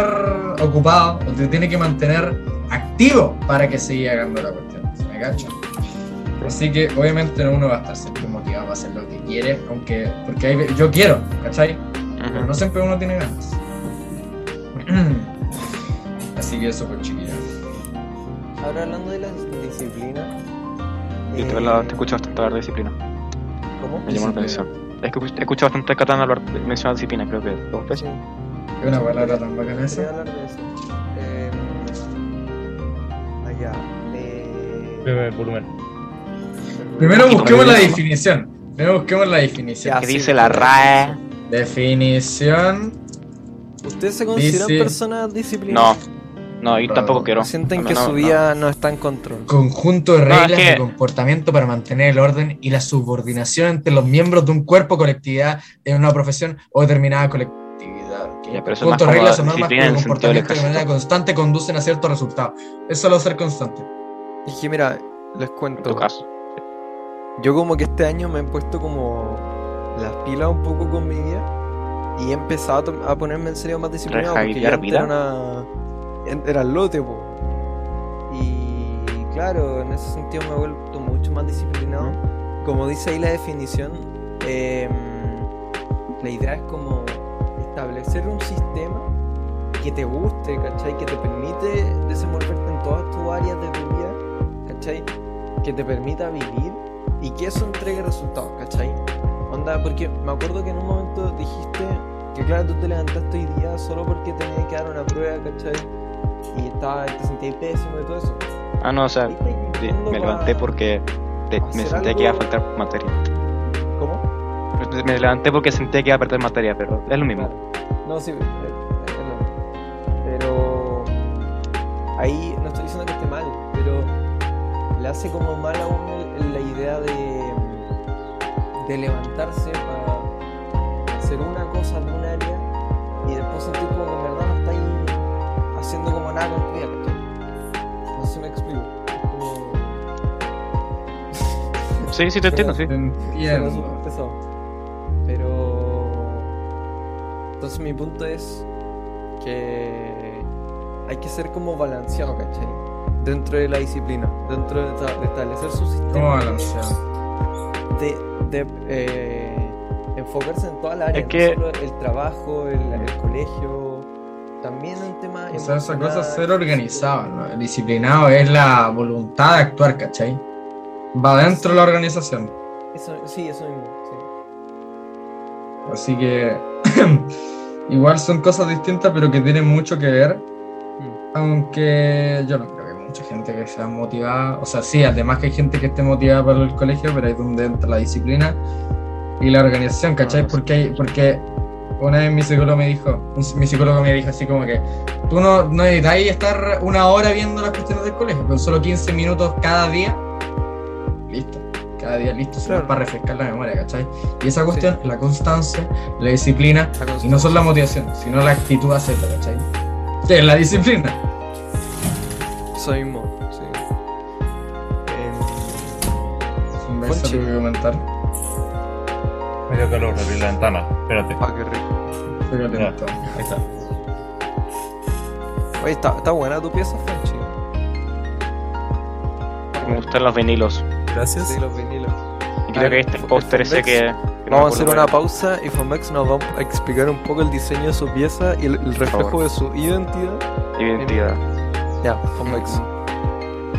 D: ocupado, o te tiene que mantener activo para que siga ganando la cuestión. ¿Se me cacha? Así que obviamente uno va a estar siempre motivado para hacer lo que quiere, aunque. Porque hay, ve- yo quiero, ¿cachai? Pero no siempre uno tiene ganas. Así que eso pues chiquillos.
A: Ahora hablando de las disciplinas. eh,
B: Yo te, la- te escucho bastante hablar de disciplina.
A: ¿Cómo?
B: Me llamó la
D: Disciplina.
B: atención. Es que escucho- escucho bastante a Catán hablar, mencionar disciplina, creo que. ¿Cómo fue?
A: Sí,
D: Es una palabra tan bacana
A: quería
D: esa.
A: hablar de eso. Eh, allá. Eh,
C: Bebe el volumen.
D: Primero
B: Poquito,
D: busquemos la
B: pero-
D: definición. Primero busquemos la definición.
A: Ya.
B: Que
A: Ah, sí,
B: dice la
A: sí.
B: RAE.
D: Definición.
A: ¿Ustedes se consideran
D: Dice-
A: personas disciplinadas?
B: No. No, yo tampoco
D: Ah,
B: quiero.
A: ¿Sienten
B: No,
A: que
B: no,
A: su
B: no.
A: vida no. está en control?
D: Conjunto de
B: No, es
D: reglas
B: que-
D: de comportamiento para mantener el orden y la subordinación entre los miembros de un cuerpo, colectividad, en una profesión o determinada colectividad.
B: Ya, pero eso es más
D: Conjunto de
B: como
D: reglas o normas
B: disciplina
D: cuyo
B: en el sentido del
D: comportamiento de manera
B: ejercicio.
D: constante conducen a ciertos resultados. Es solo ser constante.
A: Dije, mira, les
B: En
A: cuento.
B: tu caso.
A: Yo como que este año me he puesto como las pilas un poco con mi vida y he empezado a tom- a, ponerme en serio más disciplinado porque yo
B: ¿Rehabilitar
A: antes
B: vida?
A: era, una, en- era el lote, po. Y claro, en ese sentido me he vuelto mucho más disciplinado. Como dice ahí la definición, em, la idea es como establecer un sistema que te guste, ¿cachai? Que te permite desenvolverte en todas tus áreas de tu vida, ¿cachai? Que te permita vivir y que eso entregue resultados, ¿cachai? Onda, porque me acuerdo que en un momento dijiste que claro, tú te levantaste hoy día solo porque tenías que dar una prueba, ¿cachai? Y estaba, te sentías pésimo y todo eso.
B: Ah, no, o sea,
A: Fuiste
B: sí,
A: yendo
B: me levanté
A: pa-
B: porque te- me
A: hacer
B: sentía que iba a
A: algo-
B: faltar materia.
A: ¿Cómo?
B: Me levanté porque sentía que iba a perder materia, pero es lo mismo.
A: No, sí, eh, eh, no. pero ahí no estoy diciendo que esté mal, pero le hace como mal a uno la idea de, de levantarse para hacer una cosa de un área y después sentir como que en verdad no está ahí haciendo como nada con tu vida, ¿cachai? No sé si me explico. Es como-
B: Sí, sí, te entiendo, sí.
E: Te
A: Suena
D: pues,
E: entiendo.
A: súper pesado. Pero. Entonces mi punto es que hay que ser como balanceado, ¿cachai? Dentro de la disciplina, dentro de, esta- de establecer su
D: ¿Cómo
A: sistema,
D: balanceado?
A: de, de, eh, enfocarse en toda la área,
B: Es que-
A: no solo el trabajo, el, el colegio, también en temas.
D: O sea, esa cosa es
A: emocionales.
D: ser organizado, ¿no? El disciplinado es la voluntad de actuar, ¿cachai? Va dentro de la organización.
A: Eso, sí, eso mismo. sí.
D: Así que igual son cosas distintas, pero que tienen mucho que ver.
B: Mm.
D: Aunque yo no creo que haya mucha gente que sea motivada. O sea, sí, además que hay gente que esté motivada para el colegio, pero ahí es donde entra la disciplina y la organización, ¿cachai?
B: Ah, sí.
D: Porque, hay- porque una vez mi psicólogo me dijo, un- mi psicólogo me dijo así como que tú no, no necesitas ahí estar una hora viendo las cuestiones del colegio, pero solo 15 minutos cada día, listo. Cada día listo, solo
A: Claro.
D: para refrescar la memoria, ¿cachai? Y esa cuestión, la constancia, la disciplina, y no solo la motivación, sino la actitud hacia hacerlo, ¿cachai? Sí, la disciplina.
A: Eso mismo, sí. Em,
D: Sin ver,
A: Ponche.
D: tengo que comentar.
C: Me dio calor abrir la ventana. Espérate.
A: ah, qué rico.
D: Estoy atento.
C: Ahí está.
A: Oye, está, está buena tu pieza, Fonchi.
B: Me gustan los vinilos.
C: Gracias.
A: Sí, los vinilos.
B: Y creo que este
A: Ah,
B: póster ese
A: Fondex.
B: que. que no me
A: Vamos a hacer una
B: acuerdo cuál
A: pausa y Fomex nos va a explicar un poco el diseño de su pieza y el, el reflejo
B: favor.
A: de su identidad.
B: era. Identidad.
A: Ya, Fomex.
B: Mm,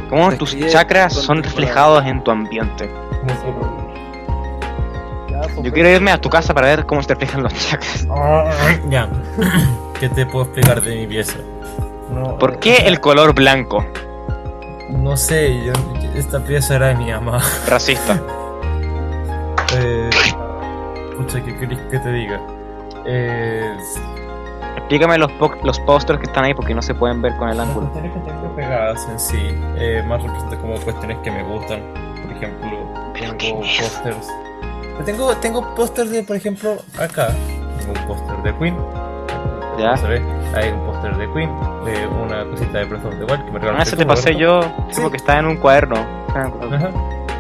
B: ¿Cómo tus
A: Describe
B: chakras
A: con
B: son
A: tu
B: reflejados en tu ambiente? Yo quiero irme a tu casa para ver cómo se reflejan los chakras.
C: Ya. Ah, ¿Qué te puedo explicar de mi pieza? No,
B: ¿Por qué el color blanco?
C: No sé, yo, esta pieza era de mi mamá.
B: Racista.
C: Eh, pucha, ¿qué querés que te diga? Eh,
B: Explícame los, po- los pósters que están ahí porque no se pueden ver con el
C: las
B: ángulo.
C: cuestiones que tengo pegadas en sí, eh, más representan como cuestiones que me gustan. Por ejemplo,
B: ¿Pero
C: tengo
B: qué es?
C: pósters. Yo Tengo, tengo pósters de, por ejemplo, acá. Tengo un póster de Queen.
B: Ya.
C: Se ve, Hay un póster de Queen, de una cosita de Breath of the Wild que me regalaron.
B: Ah, ese te pasé yo sí, porque está en un cuaderno. Ah,
C: Ajá.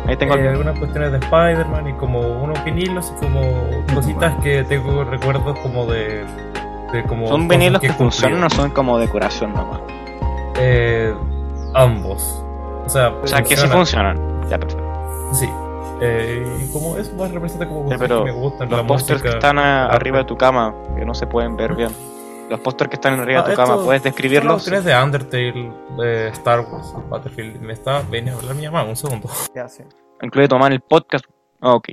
B: Ahí tengo
C: Eh,
B: el
C: algunas cuestiones de Spider-Man y como unos vinilos y como cositas que tengo recuerdos como de, de como
B: Son
C: cosas
B: vinilos que,
C: cumplí.
B: funcionan o son como decoración nomás.
C: Eh, ambos o sea,
B: O sea, que sí funcionan. Ya, perfecto.
C: sí Eh, y como eso más representa como
B: Ya,
C: cosas
B: pero
C: que me gustan
B: Los
C: la
B: pósters que
C: música.
B: están ah,
C: arte.
B: arriba de tu cama, que no se pueden ver bien. Los pósters que están arriba
C: Ah,
B: de tu
C: estos
B: cama, ¿puedes
C: son las
B: describirlos?
C: cuestiones de Undertale de Star Wars Battlefield me está venía a hablar mi mamá un segundo
A: Gracias.
B: Incluye tomar el podcast. Ah, ok.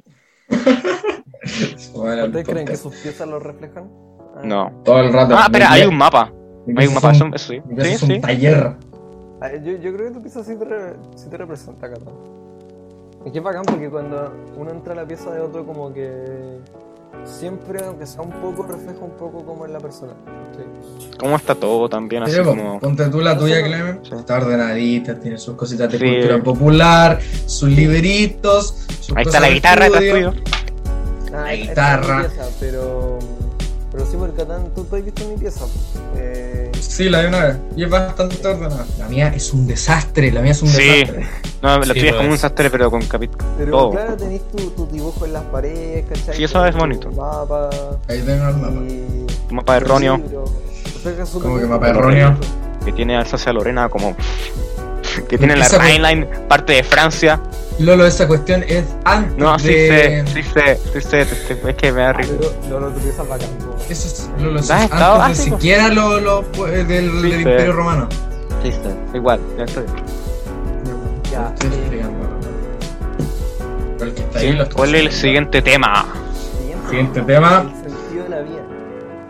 E: Bueno,
A: ¿Ustedes creen que sus piezas lo reflejan? Ah,
B: No.
E: Todo el rato.
B: Ah, espera, hay un mapa.
E: Mi
B: Hay un mapa,
E: pieza es
B: eso,
E: un-
B: eso sí.
E: mi pieza
B: Sí,
E: es un
B: sí.
E: taller.
A: Ah, Yo, yo creo que tu pieza sí te, re- sí te representa, Cata. Es que es bacán porque cuando uno entra a la pieza de otro, como que siempre, aunque sea un poco, refleja un poco cómo es la persona. Ah, Sí.
B: ¿Cómo está todo también? Así
D: Sí, po.
B: como.
D: Ponte tú la tuya, Clemen.
B: Sí.
D: Está ordenadita, tiene sus cositas de
B: Sí.
D: cultura popular, sus libritos. sus
B: Ahí está
D: cosas
B: la
D: de
B: guitarra detrás
D: estudio.
B: tuyo.
A: Ah, esta- esta es mi
D: guitarra.
A: pieza, pero, pero Pero sí, por el Catán, tú, tú has visto mi pieza. Eh,
D: Sí, la de una vez. Y es bastante ordenada. La mía es un desastre, la mía es un
B: Sí.
D: desastre.
B: No,
C: Sí,
B: la tuya es
C: lo
B: como un
C: es.
B: sastre, pero con capit
A: pero
B: todo.
A: claro, tenéis tus tu dibujos en las paredes, ¿cachai?
B: Sí, eso es bonito.
A: Tu Mapa.
D: Ahí tengo el mapa.
A: Y...
B: Un mapa erróneo
D: Como que mapa erróneo.
B: que tiene Alsacia Lorena como. que tiene la
D: Esa fue-
B: Rhineline, parte de Francia.
D: Lolo, esa cuestión es antes
B: No, sí
D: de...
B: sé, sí sé, sí sé, sí sé, es que me da risa.
A: Pero no lo utilizas bacán. po.
D: Eso es Lolo, eso
B: Ah,
D: es
B: estaba- ah,
D: antes
B: sí,
D: de
B: pues.
D: siquiera lo, lo- del, del
B: Sí, sí.
D: Imperio Romano.
B: Sí sé, igual, ya estoy.
A: Ya,
D: Estoy
A: eh,
D: explicando. Pero el que está ahí
B: Sí,
D: lo está
B: ¿Cuál es el
D: haciendo.
B: siguiente tema?
A: siguiente.
D: Siguiente tema.
A: El sentido de la vida.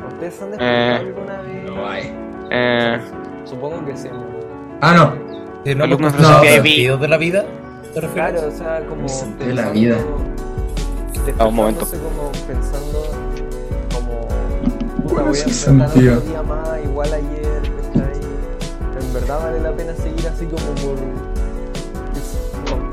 A: ¿Ustedes han
B: Eh,
A: descubierto alguna vez?
D: No hay.
B: Eh,
A: Supongo que sí.
D: Ah, no.
C: ¿Que no
B: Alumnos
C: hemos
B: de Ah,
D: la
C: no,
B: CIB.
C: sentido de la vida? ¿Te refieres?
A: Claro, o sea, como.
D: El sentido de la
A: pensando-
D: vida.
A: despertándose
B: Ah, un momento.
A: Como pensando. Como. puta,
D: ¿Cuál
A: voy
D: es
A: a
D: el
A: enfrentar otro
D: sentido?
A: día más, igual ayer, ¿cachai? En verdad vale la pena seguir así como por.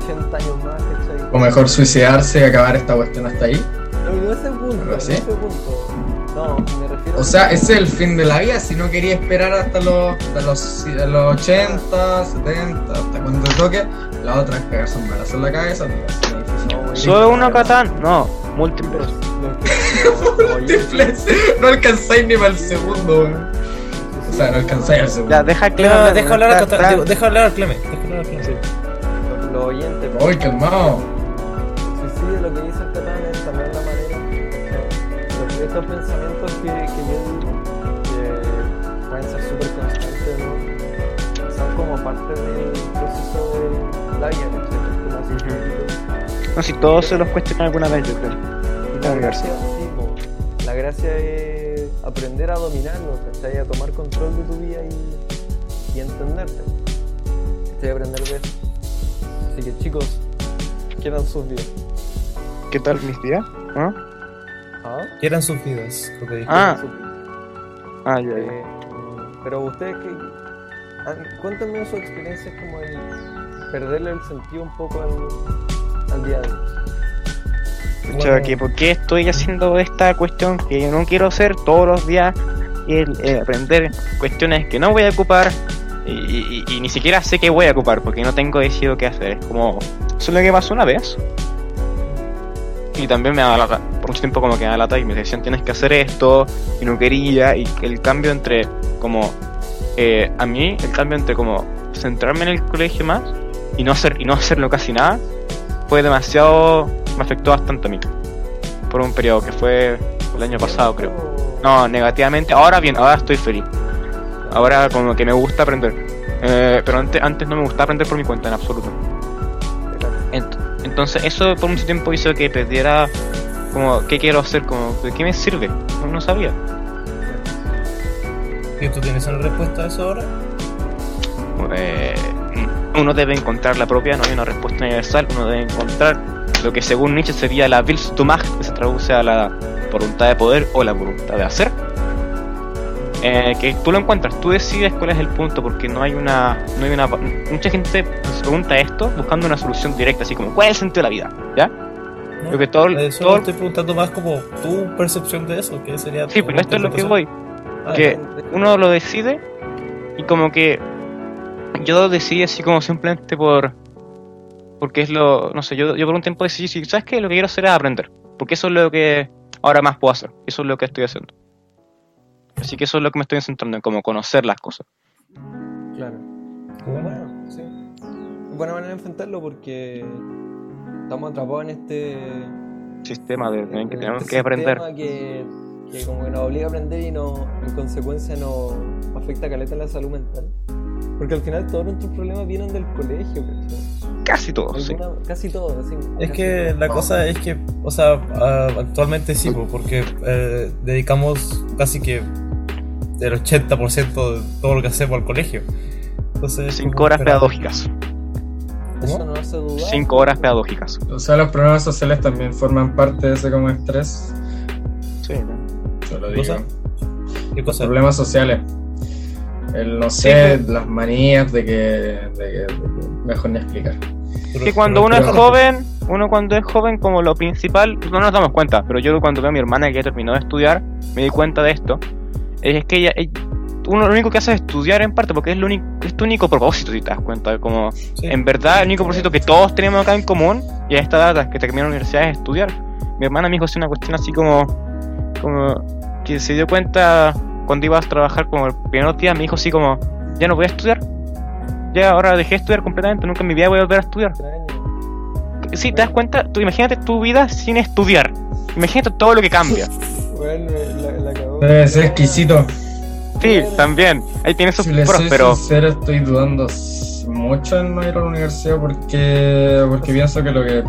A: 80 años más, ¿cachai?
D: O mejor suicidarse y acabar esta cuestión hasta ahí.
A: No, no ese punto,
D: ¿Algo
A: no
D: así?
A: ese punto. No, me refiero
D: O sea, ese es el fin de la vida. Si no quería esperar hasta los, hasta los, a los 80, 70, hasta cuando te toque, la otra es cagarse un balazo en la cabeza. te vas a hacer
A: No, güey.
D: difícil.
B: ¿Solo uno Catán? No, múltiples.
A: Múltiples.
D: Múltiples. No alcanzáis ni para el segundo, weón. O sea, no alcanzáis al segundo.
B: Ya, deja que.
C: Claro, deja hablar a
B: Catán,
C: Catán, digo, deja hablar a Clemen. Deja hablar a Clemen.
A: Los oyentes, pues,
D: Uy, calmado.
A: el suicidio, lo que dice el Catán es también la manera. los- Estos pensamientos que, que yo digo, que pueden ser súper constantes, ¿no? son como parte del proceso de la vida, ¿cachai? Como así,
B: No, si todos se los cuestionan alguna vez, yo creo.
A: Y la gracia, sí, po. la gracia es aprender a dominarlo, ¿cachai? A tomar control de tu vida y, y entenderte. ¿Cachai? Aprender de eso. Así que chicos, quieran sus vidas.
B: ¿Qué tal mis días? ¿Ah?
A: ¿Ah?
C: ¿Qué eran sus vidas? Lo que dije.
B: Ah.
A: Sus vidas.
B: Ah, ya, ya.
A: Eh, pero ustedes, ¿qué? han- cuéntenme sus experiencias como el perderle el sentido un poco al, al día de hoy.
B: Pucha,
C: Bueno.
B: que ¿Por qué estoy haciendo esta cuestión que yo no quiero hacer todos los días? El, eh, aprender cuestiones que no voy a ocupar y, y- y- y ni siquiera sé que voy a ocupar porque no tengo decidido qué hacer. Es como, solo que pasó una vez. Y también me da lata, por mucho tiempo como que me da lata y me decían tienes que hacer esto y no quería. Y el cambio entre como, eh, a mí, el cambio entre como centrarme en el colegio más y no, hacer, y no hacerlo casi nada fue demasiado. me afectó bastante a mí. Por un periodo que fue el año pasado, creo. No, negativamente. Ahora bien, ahora estoy feliz. Ahora como que me gusta aprender. Eh, pero antes, antes no me gustaba aprender por mi cuenta en absoluto. Ent- entonces eso por mucho tiempo hizo que perdiera como qué quiero hacer, como de qué me sirve. No, no sabía.
C: ¿Y tú tienes una respuesta a eso ahora?
B: Eh, uno debe encontrar la propia, no hay una respuesta universal. Uno debe encontrar lo que según Nietzsche sería la Willsmacht, que se traduce a la voluntad de poder o la voluntad de hacer. Eh, que tú lo encuentras, tú decides cuál es el punto, porque no hay una. No hay una mucha gente se pregunta esto buscando una solución directa, así como, ¿cuál es el sentido de la vida? ¿Ya?
C: ¿No?
B: Creo que todo-
C: Eh, solo
B: todo-
C: estoy preguntando más como tu percepción de eso, que sería...
B: Sí, pero esto es lo que
C: interpretación.
B: voy.
C: Ah,
B: que uno lo decide y como que yo lo decidí así como simplemente por porque es lo no sé yo, yo por un tiempo decidí si sabes qué? lo que quiero hacer es aprender porque eso es lo que ahora más puedo hacer eso es lo que estoy haciendo así que eso es lo que me estoy centrando en como conocer las cosas
A: Claro.
C: Bueno,
A: Bueno, sí. Buena manera de enfrentarlo porque estamos atrapados en este
B: sistema de, de- que
A: en
B: tenemos
A: este
B: que aprender
A: sistema Que, que como que nos obliga a aprender y no, en consecuencia nos afecta caleta la salud mental. Porque al final todos nuestros problemas vienen del colegio, ¿cachai?
B: casi todo sí.
A: Alguna- Casi todos, así.
C: Es
A: casi
C: que
A: todos.
C: la cosa es que, o sea, a- actualmente sí, po, porque eh, dedicamos casi que el 80% de todo lo que hacemos al colegio. Entonces,
B: cinco
C: como,
B: horas
C: pero-
B: pedagógicas
A: Eso
C: ¿Cómo?
A: no hace dudar.
B: cinco horas pedagógicas
D: O sea, los problemas sociales también forman parte de ese como estrés.
B: sí,
D: Yo lo
C: O
D: digo.
C: sea, ¿Qué cosa?
D: Problemas sociales. El, no sé, las manías de que, de que- de que- Mejor ni explicar.
C: Pero-
B: que cuando
C: pero-
B: uno es
D: pero-
B: joven uno cuando es joven, como lo principal, no nos damos cuenta, pero yo cuando veo a mi hermana que ya terminó de estudiar, me di cuenta de esto. Es que ella, ella- uno lo único que hace es estudiar en parte, porque es, lo único, es tu único propósito, si te das cuenta. Como, en verdad, el único propósito que todos tenemos acá en común, y a esta edad que terminó la universidad, es estudiar. Mi hermana me dijo así una cuestión así como, como que se dio cuenta cuando iba a trabajar como el primer día, me dijo así como, ya no voy a estudiar. Ya ahora dejé de estudiar completamente, nunca en mi vida voy a volver a estudiar.
A: Extraño.
B: Sí, te das cuenta, tú imagínate tu vida sin estudiar. Imagínate todo lo que cambia.
A: Bueno, la, la cagó.
D: Debe ser exquisito.
B: Sí, también. Ahí tienes sus
D: Si les
B: pros,
D: soy
B: pero
D: sincero, estoy dudando s- mucho en no ir a la universidad porque, porque pienso que lo que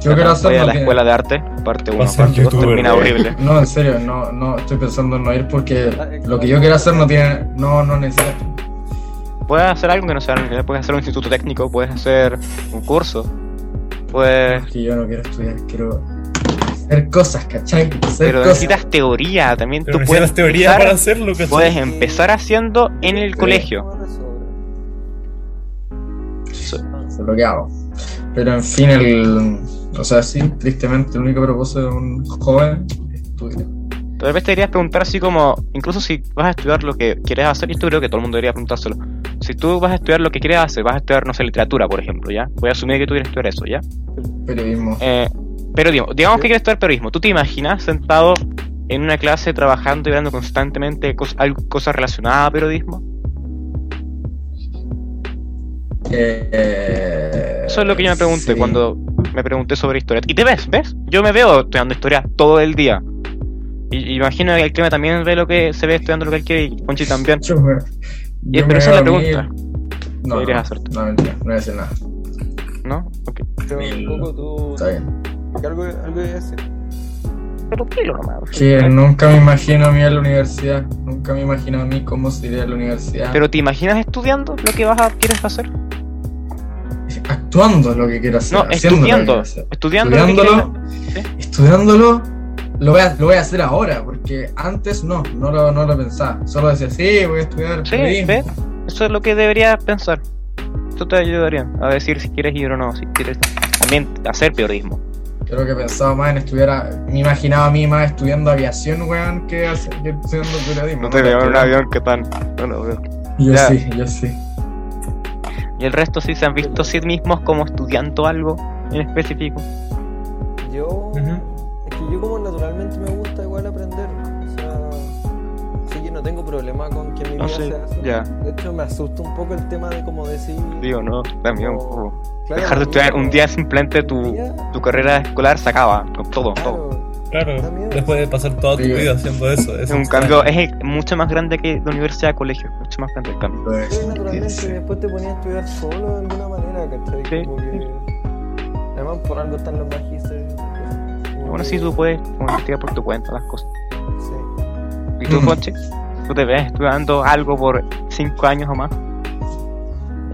D: yo quiero hacer
B: voy a
D: no
B: la
D: tiene-
B: escuela de arte, parte 1,
C: ser
B: parte 2,
C: youtuber.
B: termina horrible.
D: No, en serio, no, no, estoy pensando en no ir porque
B: Ah,
D: lo que yo quiero hacer no tiene, no, no necesito.
B: Puedes hacer algo que no sea la universidad, puedes hacer un instituto técnico, puedes hacer un curso, puedes...
D: Porque yo no quiero estudiar, quiero hacer cosas, ¿cachai? Hacer
B: Pero
D: cosas.
B: necesitas teoría, también
C: Pero
B: tú
C: necesitas
B: puedes
C: teoría
B: empezar-
C: para hacerlo, ¿cachai?
B: puedes empezar haciendo en el
A: Sí.
B: colegio.
A: No te sobra.
D: Eso es lo que hago. Pero en fin, el, o sea, sí, tristemente, el único propósito de un joven es estudiar.
B: De repente deberías preguntar así como, incluso si vas a estudiar lo que quieres hacer, y esto creo que todo el mundo debería preguntárselo. Si tú vas a estudiar lo que quieres hacer, vas a estudiar, no sé, literatura, por ejemplo, ¿ya? Voy a asumir que tú quieres estudiar eso, ¿ya?
D: Periodismo.
B: Eh, periodismo. Digamos que quieres estudiar periodismo. ¿Tú te imaginas sentado en una clase trabajando y hablando constantemente de cos- algo- cosas relacionadas a periodismo?
D: Eh,
B: Eso es lo que yo me pregunté
D: sí.
B: cuando me pregunté sobre historia. Y te ves, ¿ves? Yo me veo estudiando historia todo el día. Y y imagino que el clima también ve lo que se ve estudiando lo que él quiere y Ponchi también.
D: Yo me-
B: Y
D: yo
B: pero
D: me
B: esa es la
D: veo a mí-
B: pregunta,
D: No,
B: Deberías
D: no,
B: hacerte.
D: no, mentira, no voy a decir nada.
B: ¿no? Ok.
A: Pero
D: Mil-
A: un poco tú.
D: Está bien.
A: que Algo, algo iba a decir.
B: Pero dilo nomás.
D: Que nunca me imagino a mí en la universidad. Nunca me imagino a mí cómo sería la universidad.
B: Pero te imaginas estudiando lo que vas a quieres hacer?
D: Actuando lo que quiero hacer.
B: No,
D: haciendo lo que quiero
B: estudiando.
D: hacer.
B: Estudiando lo que quieres
D: Estudiándolo.
B: hacer.
D: estudiándolo, lo voy, a, lo voy a hacer ahora, porque antes no, no lo, no lo pensaba. Solo decía, sí, voy a estudiar
B: Sí,
D: periodismo".
B: ¿ves? Eso es lo que deberías pensar. Eso te ayudaría a decir si quieres ir o no, si quieres también hacer periodismo.
D: Creo que pensaba más en estudiar, a- me imaginaba a mí más estudiando aviación, weón, que, hace- que estudiando periodismo. estudiando.
B: que tan.
D: Yo
B: Ya.
D: sí, yo sí.
B: Y el resto sí se han visto a sí mismos como estudiando algo en específico.
A: Yo.
C: Ujú.
A: Es que yo, como naturalmente me gusta igual aprender. O sea. Así que no tengo problema con que mi vida
B: No sé,
A: sea así.
B: ya.
A: De hecho, me asusta un poco el tema de como decir.
B: Digo, no, también un
A: Como-
B: poco.
A: claro,
B: Dejar de
A: da
B: estudiar
A: miedo.
B: un día simplemente
A: Un
B: tu,
A: día,
B: tu carrera escolar se acaba. con Todo, todo.
A: Claro. Da
C: Claro,
A: miedo.
C: después de pasar toda tu
D: Sí.
C: vida haciendo eso. Es
B: Es un
C: extraño.
B: cambio, es mucho más grande que de universidad a colegio. Mucho más grande el cambio.
A: Pero naturalmente
D: Sí.
A: después te ponía a estudiar solo de alguna manera, ¿cachai?
B: Sí.
A: Como que. Además, por algo están los magisters.
B: Bueno, sí, tú puedes como, investigar por tu cuenta las cosas.
A: Sí.
B: ¿Y tú,
D: Mm.
B: Ponche? ¿Tú te ves estudiando algo por 5 años o más?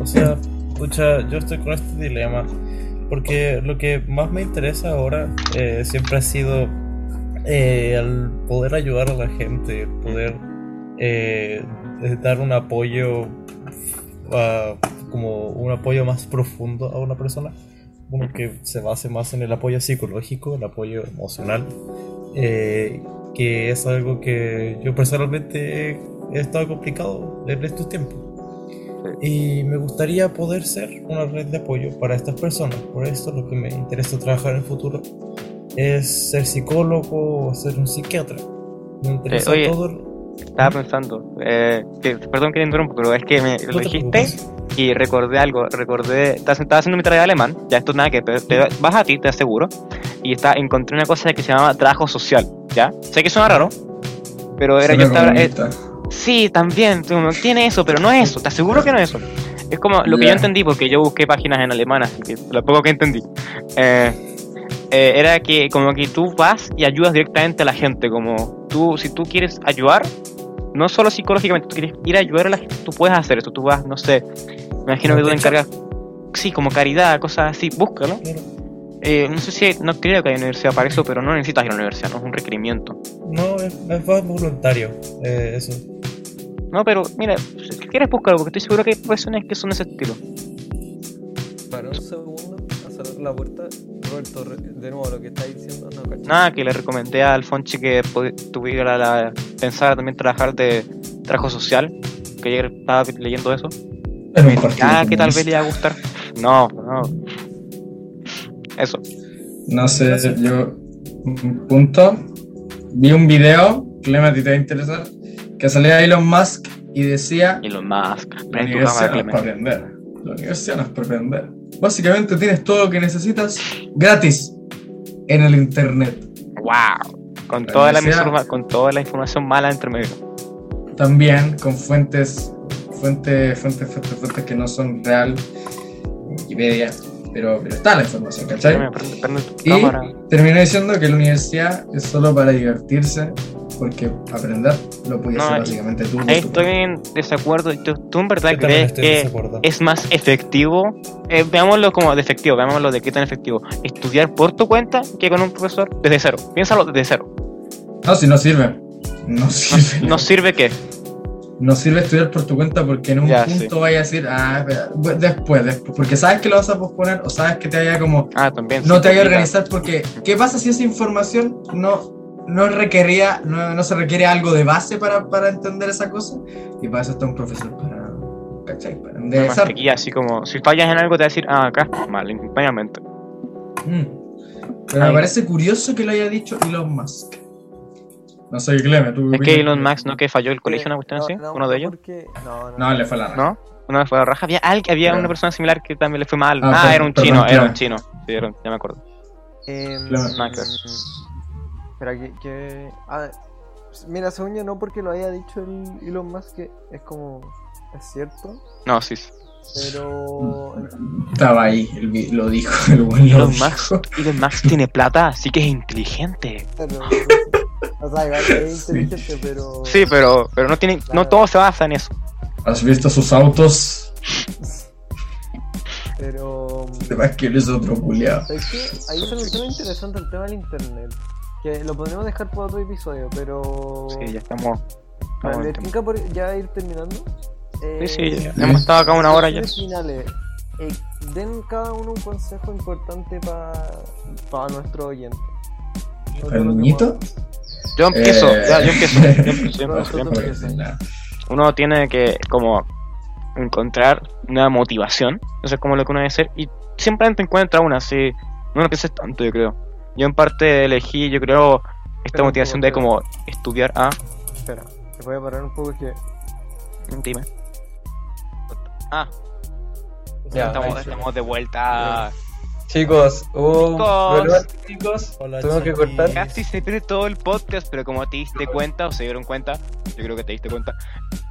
C: O sea, pucha, yo estoy con este dilema. Porque lo que más me interesa ahora eh, siempre ha sido eh, el poder ayudar a la gente, poder eh, eh, dar un apoyo, ah, como un apoyo más profundo a una persona. Uno que se base más en el apoyo psicológico, el apoyo emocional, eh, que es algo que yo personalmente he, he estado complicado en estos tiempos. Y me gustaría poder ser una red de apoyo para estas personas. Por esto lo que me interesa trabajar en el futuro es ser psicólogo o ser un psiquiatra. Me interesa
B: oye,
C: todo.
B: Estaba pensando, eh, que- perdón que te interrumpo, pero es que me lo
C: No te
B: dijiste
C: preocupes.
B: y recordé algo, recordé, estaba estaba haciendo mi tarea de alemán, ya esto nada que, pero te vas a ti, te aseguro, y está, encontré una cosa que se llama trabajo social, ¿ya? Sé que suena raro, pero era
D: Suena
B: yo estaba... eh,
D: comunista.
B: Sí, también, tú, no tiene eso, pero no es eso, te aseguro que no es eso. Es como lo que
D: Ya.
B: yo entendí, porque yo busqué páginas en alemán, así que lo poco que entendí. Eh, eh, era que como que tú vas y ayudas directamente a la gente, como tú, si tú quieres ayudar, no solo psicológicamente, tú quieres ir a ayudar a la gente, tú puedes hacer eso, tú vas, no sé, me imagino que tú te encargas, sí, como caridad, cosas así, búscalo.
C: Claro.
B: Eh, no sé si, no creo que haya universidad para eso, pero no necesitas ir a la universidad, no es un requerimiento.
C: No, es, es más voluntario eh, eso.
B: No, pero mira, si quieres buscarlo, porque estoy seguro que hay personas que son de ese estilo.
A: Para un segundo, hace
E: atravesar la puerta. Roberto, re- de nuevo, lo que estás diciendo, no cacho.
B: Nada, que le recomendé al Fonchi que pod- tuviera la, pensar también trabajar de trabajo social, que ayer estaba leyendo eso.
D: En un partido
B: Ah, que
D: comunista.
B: tal vez le iba a gustar. No, no. Eso.
D: No sé, yo. Un punto. Vi un video, Clemente, a ti te va a interesar, que salía de Elon Musk y decía:
B: Y lo más.
D: La
B: Prende tu cámara,
D: universidad no es para
B: Clemente.
D: aprender. La universidad no es para aprender. Básicamente tienes todo lo que necesitas gratis en el internet.
B: Wow. Con
D: La
B: toda, la
D: universidad.
B: informa- con toda la información mala entre medio.
D: También con fuentes, fuentes, fuentes, fuentes, fuentes que no son real, Wikipedia, pero, pero está la información, ¿cachai?
B: Prende, prende tu
D: Y
B: cámara.
D: terminé diciendo que la universidad es solo para divertirse, porque aprender lo puedes
B: No,
D: hacer
B: ahí-
D: básicamente tú.
B: Ahí
D: por tu
B: estoy en desacuerdo. ¿Tú, tú en verdad
C: Yo también
B: crees
C: estoy en
B: que
C: desacuerdo.
B: es más efectivo? Eh, veámoslo como de efectivo, veámoslo de qué tan efectivo. Estudiar por tu cuenta que con un profesor desde cero. Piénsalo desde cero.
D: cuenta. No, si no sirve. No sirve.
B: ¿Nos sirve qué?
D: No sirve estudiar por tu cuenta porque en un
B: Ya,
D: punto vayas a decir, ah, espera, bu- después, después, porque sabes que lo vas a posponer o sabes que te vaya como,
B: Ah, también.
D: no
B: sí,
D: te vaya a
B: complica.
D: organizar porque, ¿qué pasa si esa información no, no requería, no, no se requiere algo de base para, para entender esa cosa? Y para eso está un profesor para, ¿cachai? Para
B: Una
D: enderezar.
B: mantequilla, así como, si fallas en algo te va a decir, ah, acá, mal, instantáneamente.
D: Mm. Pero
B: Ahí.
D: me parece curioso que lo haya dicho Elon Musk. No sé, Cleme, tú. qué
B: Es que
D: opinas?
B: Elon Musk, ¿no? Que falló el colegio,
E: Eh,
B: una cuestión
E: no,
B: así,
E: no,
B: uno de ellos,
E: porque- No, no.
D: No, le fue la raja.
B: ¿no? Una fue a la raja. Había, alguien- había
D: Claro.
B: una persona similar que también le fue mal.
D: Ah,
B: Ah,
D: per-
B: era un
D: perdón,
B: chino, era
D: claro.
B: un chino. Sí, era un- ya me acuerdo.
E: Em,
D: Claro.
B: Nada que ver.
E: Espera, que. que- ah, mira, según yo, no porque lo haya dicho el Elon Musk, que es como. Es cierto,
B: No, sí. sí.
E: pero.
D: Estaba ahí, el vi- lo dijo el buen lo
B: Elon
D: dijo.
B: Musk, Elon Musk tiene plata, así que es inteligente.
E: pero- o sea, igual es
D: Sí.
E: inteligente, pero.
B: Sí, pero, pero no tiene, no
E: Claro.
B: todo se basa en eso.
D: ¿Has visto sus autos?
E: Pero.
D: Además que él es otro culiao.
E: ¿Sabes qué? Ahí sale un tema interesante el tema del internet. Que lo podemos dejar por otro episodio, pero.
A: Oh.
B: Sí, ya estamos.
E: Vale,
B: estamos en
E: ¿te
B: tiempo.
E: tinca por ya ir terminando. Eh,
B: Sí, sí, ya. hemos estado acá una hora ya.
E: reflexiones finales. Eh, den cada uno un consejo importante para nuestro oyente. Nosotros
D: ¿Al
E: lo que
D: niñito?
B: Yo empiezo,
D: Eh.
B: ya, yo empiezo, yo empiezo, yo
E: Pero
B: empiezo, yo
E: nosotros-
B: empiezo.
E: que sí.
D: Nah.
B: Uno tiene que, como, encontrar una motivación. Eso es como lo que uno debe hacer. Y simplemente encuentra una, así. No lo pienses tanto, yo creo. Yo en parte elegí, yo creo, esta
E: Pero,
B: motivación de
E: ¿cómo
B: como estudiar Ah, a.
E: podemos- Espera, te voy a parar un poco que.
B: Dime. Ah,
A: Ya, ahí
B: estamos,
A: sí.
B: estamos de vuelta.
A: Chicos, hubo un
B: Chicos.
A: problema técnicos.
C: Hola,
A: Tuvimos que
C: chiquis.
A: cortar.
B: Casi se pierde todo el podcast, pero como te diste cuenta o se dieron cuenta, yo creo que te diste cuenta,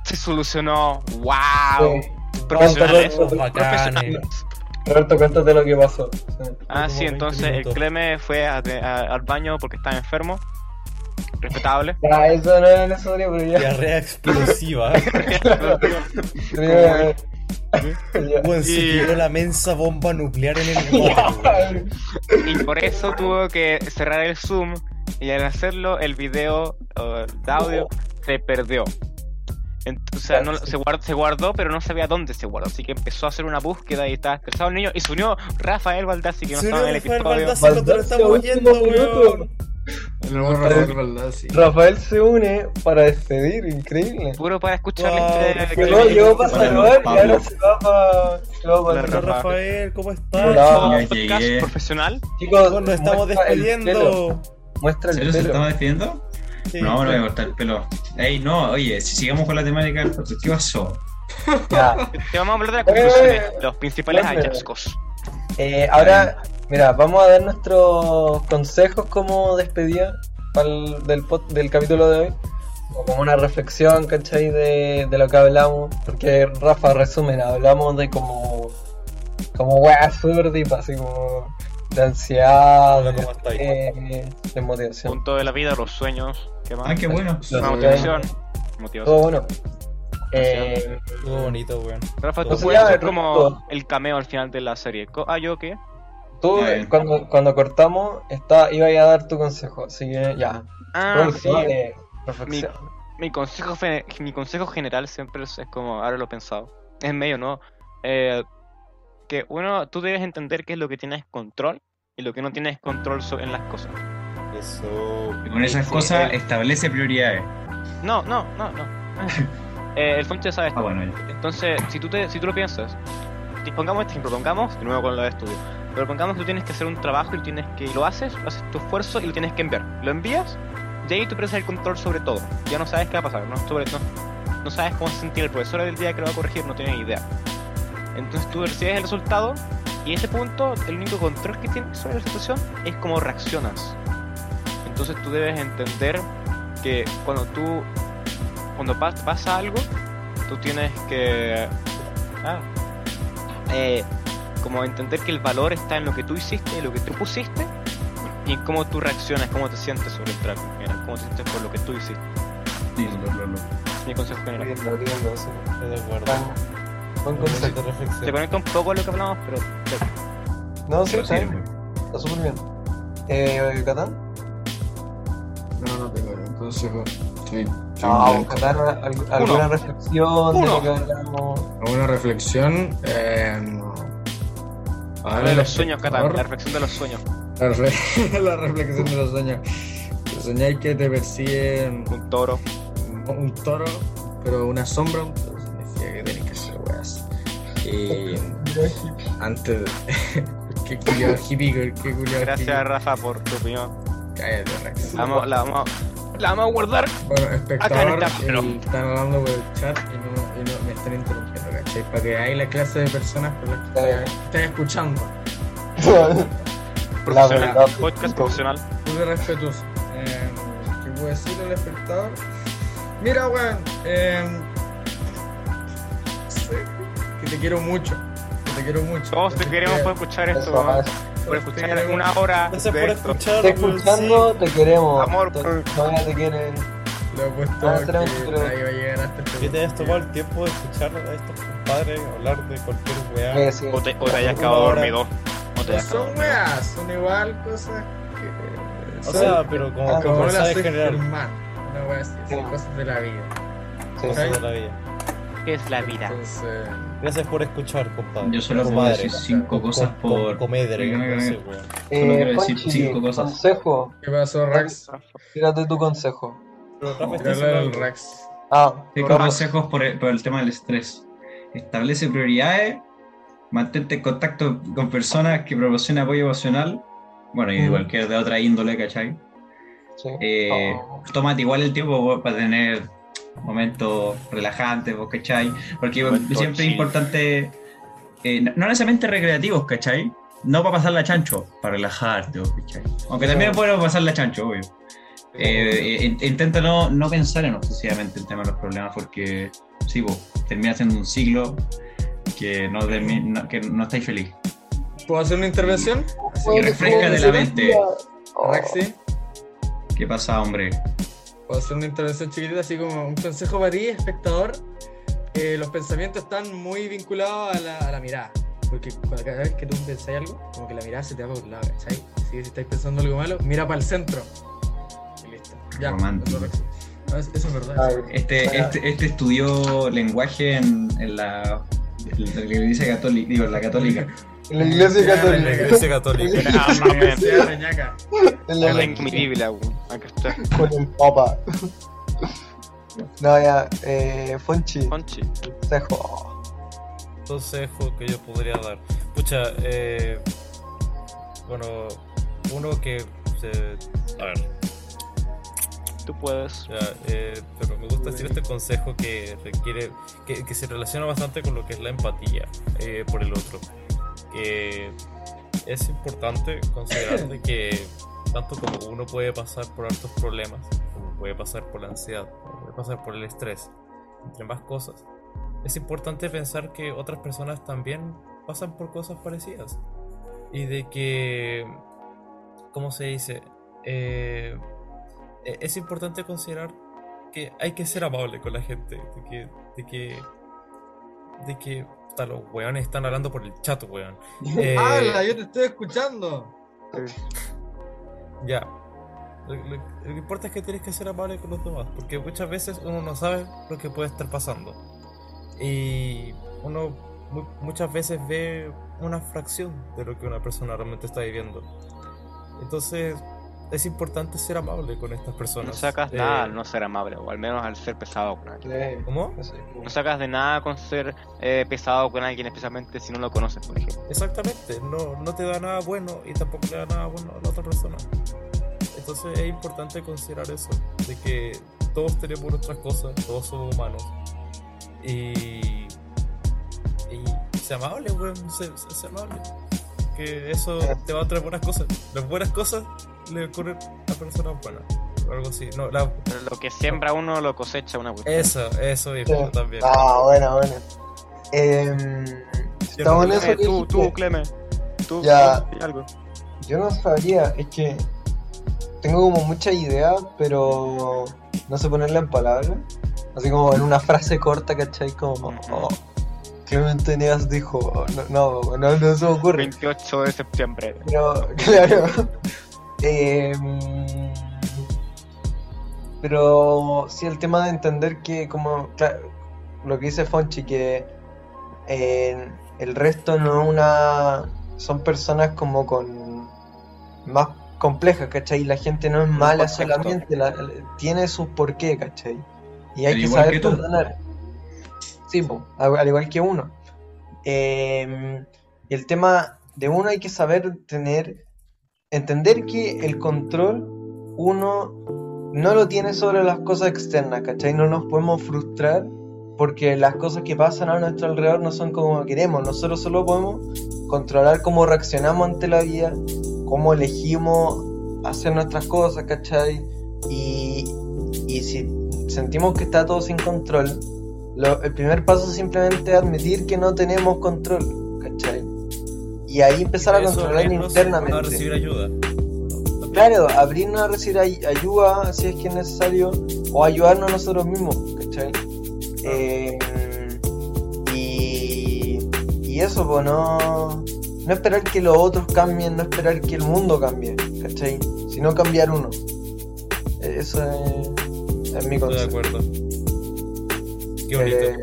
B: se solucionó. ¡Wow!
A: Sí.
B: Profesionales.
A: Vamos,
C: Bacanes.
B: Profesionales.
A: Roberto, cuéntate lo que pasó. Sí.
B: Ah,
C: Como
B: sí,
C: 20
B: entonces el
C: minutos.
B: Cleme fue a- a- al baño porque estaba enfermo. Respetable.
A: Ya, eso no era necesario, pero ya.
C: Diarrea explosiva.
A: Tenía- Ya.
C: Bueno, se
B: Y-
C: tiró la mensa bomba nuclear en el water, weón.
B: y por eso tuvo que cerrar el Zoom. Y al hacerlo, el video, o el audio, se perdió. Ent- o sea, no, lo- se, guardó, se guardó, pero no sabía dónde se guardó. Así que empezó a hacer una búsqueda y estaba estresado el niño. Y se unió Rafael Baldassi, que no
C: Se
B: estaba en el
C: unió Rafael
B: episodio.
C: Baldassi cuando lo
A: Baldassi a
C: estamos
A: último
C: yendo,
A: minuto.
C: weón.
D: El nuevo Rafael Baldassi.
A: Rafael se une para despedir, increíble.
B: Puro para escuchar la
C: Wow,
B: historia de
C: Rafael.
A: Llegó, llegó para
D: Para
A: saludar y
D: Pablo.
A: ahora se va para. Se va para
B: Claro.
C: Hola, Rafael, ¿cómo estás?
A: Hola.
B: Como
F: Ya
B: podcast
F: llegué.
B: profesional.
A: Chicos,
C: Nos estamos
A: muestra el pelo,
C: despidiendo.
A: Muestra
F: ¿En
A: el
F: serio se estaba
A: pelo.
F: despidiendo?
C: Sí.
F: No, ahora voy a cortar el pelo. Ey, no, oye, si sigamos con la temática del podcast, ¿qué pasó?
A: Ya.
B: Eh, Te vamos a hablar de las
A: Oye,
B: conclusiones,
C: Eh.
A: oye.
B: los principales
A: Oye.
B: hallazgos.
A: Eh, ahora, mira, vamos a dar nuestros consejos como despedida pa'l- del, pod- del capítulo de hoy. O como una reflexión, ¿cachai? De, de lo que hablamos. Porque, Rafa, resumen, hablamos de como. Como weas súper deep, así como. De ansiedad,
C: Hola,
A: de,
C: ¿cómo estáis?
A: eh, de motivación.
B: Punto de la vida, los sueños. ¿Qué más?
F: Ah, qué bueno. Oh.
B: Una motivación. Motivación.
A: Todo bueno. Eh,
C: Estuvo bonito, weón.
B: Rafa, tú
C: Entonces,
B: puedes
A: ya,
B: hacer
A: Roberto.
B: como el cameo al final de la serie. Co- Ah, yo qué?
A: tú, eh,
F: Ya, bien.
A: cuando, cuando cortamos, está, iba a dar tu consejo. Así que, ya.
B: Ah,
A: Roberto,
B: sí.
A: dale, reflexión.
B: Mi consejo, fe- mi consejo general siempre es es como, ahora lo he pensado. Es medio, ¿no? Eh, que uno, tú debes entender qué es lo que tienes control y lo que no tienes control so- en las cosas.
G: Eso.
F: Y con esas
B: Sí,
F: cosas
B: sí.
F: establece prioridades.
B: No, no, no, no. Eh, el Fonche sabe
F: Ah,
B: esto.
F: bueno, ya.
B: Entonces, si tú, te, si tú lo piensas, te- pongamos este ejemplo, pongamos, de nuevo con lo de estudio, pero pongamos que tú tienes que hacer un trabajo y tienes que, y lo haces, haces tu esfuerzo y lo tienes que enviar. Lo envías, y ahí tú pierdes el control sobre todo. Ya no sabes qué va a pasar, no, sobre, no, no sabes cómo se sentir el profesor del día que lo va a corregir, no tienes idea. Entonces tú recibes el resultado y en ese punto el único control que tienes sobre la situación es cómo reaccionas. Entonces tú debes entender que cuando tú, cuando pas- pasa algo, tú tienes que ah, eh, como entender que el valor está en lo que tú hiciste, en lo que tú pusiste y en cómo tú reaccionas, cómo te sientes sobre el trato, en general, cómo te sientes por lo que tú hiciste.
F: Sí, lo- lo- lo-
B: Mi consejo general.
A: Lindo, lindo, sí.
C: Estoy de acuerdo.
A: Tan- Buen concepto.
C: Necesito reflexión.
B: Se conecta un poco a lo que hablamos, pero
A: No, sí,
F: lo
A: está,
F: sirve.
A: está súper bien. Eh, ¿Catán?
D: No, no tengo ningún consejo. Estoy, estoy
F: Ah,
D: en
A: No,
D: blanco.
A: Catán, al- alguna reflexión de
B: Uno.
A: lo que hablamos.
D: ¿Alguna reflexión? Eh, no. A
B: habla de
D: ver,
B: los sueños, Catán, la
D: La,
B: reflexión de los sueños.
D: re- la reflexión de los sueños. Te soñáis que te persigue un,
B: Un toro.
D: un toro, pero una sombra, un toro, significa que tenés que hacer weas. Y antes de- qué culiao hippie, qué culiao
B: Gracias,
D: hippie.
B: Rafa, por tu opinión.
D: Cállate, Rex.
B: La vamos, la vamos, a- la vamos a guardar.
D: Bueno,
B: Ah,
D: espectador,
B: Acá en el
D: el- están hablando por el chat y no, y no- me están interrumpiendo, ¿cachai? Para que hay la clase de personas por las que
A: Eh,
D: están escuchando.
A: la
B: Profesional.
A: verdad.
B: Podcast profesional.
D: Muy respetuoso. Eh, ¿Qué puedo decir al espectador? Mira, weón. eh, sé que te quiero mucho. Que te quiero mucho.
B: Todos te queremos por escuchar
A: Eso,
B: esto,
A: mamá.
B: mamá. por escuchar una hora
G: Gracias
B: de
G: por
B: esto.
G: escuchar.
A: Te escuchando, te queremos.
B: Amor,
A: Te-
B: por-
A: Todavía te quieren.
D: Lo he puesto
A: Ah,
D: que
A: tenemos otro.
D: nadie va a llegar hasta este
G: Que te hayas
D: punto.
G: tomado el tiempo de escuchar a estos compadres hablar de cualquier
A: Eh,
G: weá.
A: sí.
B: O te, o te hayas quedado
G: Una hora.
B: dormido. O te
D: No
B: hayas quedado
D: son
B: dormido.
D: weas, son igual cosas que.
G: O sea, pero como
A: Ah,
D: como
G: como
D: las
G: sabes
D: de
G: generar
D: Germán. Una wea así, son
A: Sí.
D: cosas de la vida.
A: Sí,
G: cosas
A: sí.
G: de la vida.
B: ¿Qué es la vida?
D: Entonces.
G: Gracias por escuchar,
C: Ah,
G: compadre.
F: Yo solo puedo
G: Compadre.
F: decir cinco cosas
G: Com-
F: por.
G: comedre,
F: Venga, venga,
G: no sé,
F: venga.
G: weón.
F: Solo quiero
A: Eh,
F: decir
A: Panchi,
F: cinco cosas.
A: Consejo,
D: ¿Qué pasó, Rax?
A: tírate tu consejo.
G: Pero Rafa
C: pues,
G: está
D: Te hablaron
G: diciendo-
D: Rax.
A: Ah,
F: Cinco
A: pero-
F: consejos por el, por el tema del estrés. Establece prioridades, mantente en contacto con personas que proporcionen apoyo emocional, bueno, y de
A: Mm.
F: cualquier de otra índole, ¿cachai?
A: sí.
F: Eh,
A: Oh.
F: Tómate igual el tiempo po, para tener momentos relajantes, po, ¿cachai? Porque
B: Momento
F: siempre
B: chill.
F: es importante, eh, no no necesariamente recreativos, ¿cachai? No para pasar la chancho, para relajarte, po, ¿cachai? Aunque también es bueno pasar la chancho, obvio. Eh, eh, in- intenta no, no pensar en obsesivamente el tema de los problemas porque sí, po, termina siendo un ciclo que no, termi- no- que no estáis feliz.
D: ¿Puedo hacer una intervención?
F: Y refrescate la mente.
D: Raxi,
F: ¿Qué pasa, hombre?
D: puedo hacer una intervención chiquitita, así como un consejo para ti, espectador. Eh, los pensamientos están muy vinculados a la, a la mirada. Porque cuando- cada vez que tú pensáis algo, como que la mirada se te va por un lado, ¿cachai? Así que si estáis pensando algo malo, mira para el centro. Y listo. Ya.
F: Romántico.
D: Eso, Raxi. No, es- eso es verdad.
A: Ay,
F: Este, este, este estudió lenguaje en, en la, en la iglesia católica, digo, en la católica.
A: En la iglesia
C: En la
A: católica.
C: iglesia católica.
B: Ah, mamen.
D: Sí, reñaca.
A: En la
B: Es
A: iglesia
B: la increíble, weón. Acá está.
A: con el papa. No, ya, eh, Fonchi,
B: Conchi.
A: consejo.
C: consejo que yo podría dar. Pucha, eh, bueno, uno que se- a ver,
B: Tú puedes.
C: ya, eh, pero me gusta decir este consejo que requiere, que, que se relaciona bastante con lo que es la empatía eh, por el otro. Que es importante considerar de que tanto como uno puede pasar por altos problemas, como puede pasar por la ansiedad, como puede pasar por el estrés, entre más cosas, es importante pensar que otras personas también pasan por cosas parecidas. Y de que, ¿cómo se dice? Eh, e- es importante considerar que hay que ser amable con la gente. De que, de que, de que, puta, los weones están hablando por el chat, weón. Eh,
D: ¡Hala! Yo te estoy escuchando.
C: ya. Lo, lo- lo que importa es que tienes que ser amable con los demás, porque muchas veces uno no sabe lo que puede estar pasando. Y uno mu- muchas veces ve una fracción de lo que una persona realmente está viviendo. Entonces, es importante ser amable con estas personas.
B: No sacas
C: Eh,
B: nada al no ser amable, o al menos al ser pesado con alguien.
H: Eh,
C: ¿Cómo?
H: no sé, como-
B: No sacas de nada con ser eh, pesado con alguien, especialmente si no lo conoces, por ejemplo.
C: Exactamente, no, no te da nada bueno y tampoco le da nada bueno a la otra persona. Entonces es importante considerar eso, de que todos tenemos nuestras cosas, todos somos humanos. Y. Y se amable, weón, se, se- se amable. Que eso te va a traer buenas cosas. Las buenas cosas le ocurren a personas buenas, o algo así. No, la-
B: Pero lo que siembra uno lo cosecha una cuestión.
C: eso, eso mismo
H: Sí.
C: también.
A: Ah, bueno, bueno. Em, estamos en eso.
B: Eh,
A: que
B: tú, tú,
A: dijiste.
B: Cleme. Tú,
A: Ya.
B: tú, di algo.
A: Yo no sabría, es que tengo como muchas ideas, pero no sé ponerla en palabras. Así como en una frase corta, ¿cachai? Como, oh, Clemente Negas dijo, no, no, no, no se me ocurre.
B: 28 de septiembre.
A: Pero, claro. Eh, pero sí, el tema de entender que, como cla- lo que dice Fonchi, que eh, el resto no es una. Son personas como con. más complejas, ¿cachai? La gente no es mala
B: contexto.
A: solamente, la- la- tiene su porqué, ¿cachai? Y hay
F: Al
A: que
F: igual
A: saber
F: que tú.
A: perdonar. Sí, po, al al igual que uno. Eh, y el tema de uno hay que saber tener, entender que el control uno no lo tiene sobre las cosas externas, ¿cachai? No nos podemos frustrar porque las cosas que pasan a nuestro alrededor no son como queremos. Nosotros solo podemos controlar cómo reaccionamos ante la vida, cómo elegimos hacer nuestras cosas, ¿cachai? Y, y si sentimos que está todo sin control, lo- el primer paso simplemente es admitir que no tenemos control, ¿cachai? Y ahí empezar a
C: Eso,
A: controlar
C: abrirnos
A: internamente.
C: A recibir ayuda.
A: Claro, abrirnos a recibir ay- ayuda si es que es necesario o ayudarnos nosotros mismos, ¿cachai? Eh, y, y eso, pues no, no esperar que los otros cambien, no esperar que el mundo cambie, ¿cachai? Sino cambiar uno. E- Eso es, es mi
C: Estoy de
A: concepto.
C: acuerdo. Qué bonito.
A: Eh,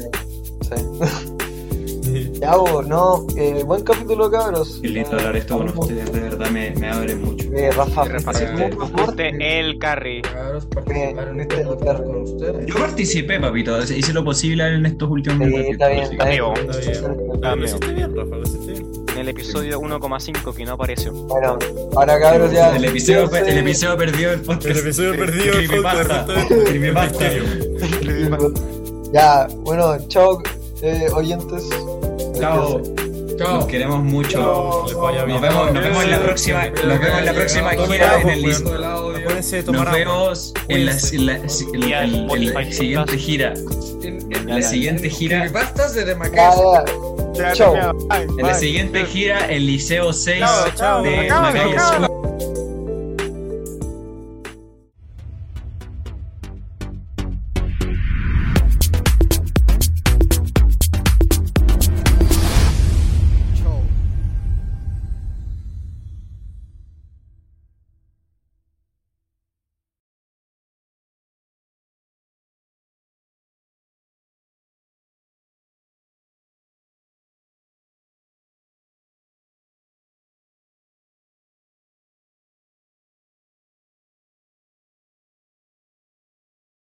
A: sí. Ya, vos, no, eh, buen capítulo, cabros.
F: Qué lindo
A: Eh,
F: hablar esto con
A: estamos-
F: ustedes, de verdad me, me abre mucho.
A: Eh, Rafa,
B: Rafa,
A: fuiste
F: fuiste-
A: muy fuerte.
B: Fuiste el carry.
E: Cabros, participaron en
A: viste
E: este
A: el
E: podcast
A: perro.
E: con ustedes.
F: Yo participé, papito, hice lo posible en estos últimos
A: Sí,
F: minutos.
A: eh, está bien, está bien.
C: Está
F: eh,
C: bien.
B: Ah,
C: lo
B: mío.
C: hiciste bien, Rafa, lo hiciste bien.
B: En el episodio 1,5 que no apareció.
A: Bueno, ahora cabros ya.
F: El episodio,
A: ya se-
F: el episodio perdió el podcast.
C: El episodio perdido el
F: Creepypasta.
C: podcast, está-
F: Creepypasta.
A: Pues, Ya, bueno, chao, eh, oyentes.
F: Chao. Los
E: Chao.
F: queremos mucho.
C: Les vaya bien.
F: Nos vemos, nos vemos en la próxima, nos vemos en la próxima gira en el
C: Listo.
E: Todo el audio.
C: pues, Acuérdense de tomar
F: Nos
C: agua.
F: vemos en la, en la- en la- en la- en la siguiente gira.
E: En-
F: En
E: en-
F: la siguiente
E: en-
F: gira.
E: Bastas de Demacas.
A: Ya, ya. Chao.
F: En la siguiente gira, el Liceo 6
C: Chao, chao.
F: de
C: Acaba,
F: Magallanes
C: acaba.
F: Square.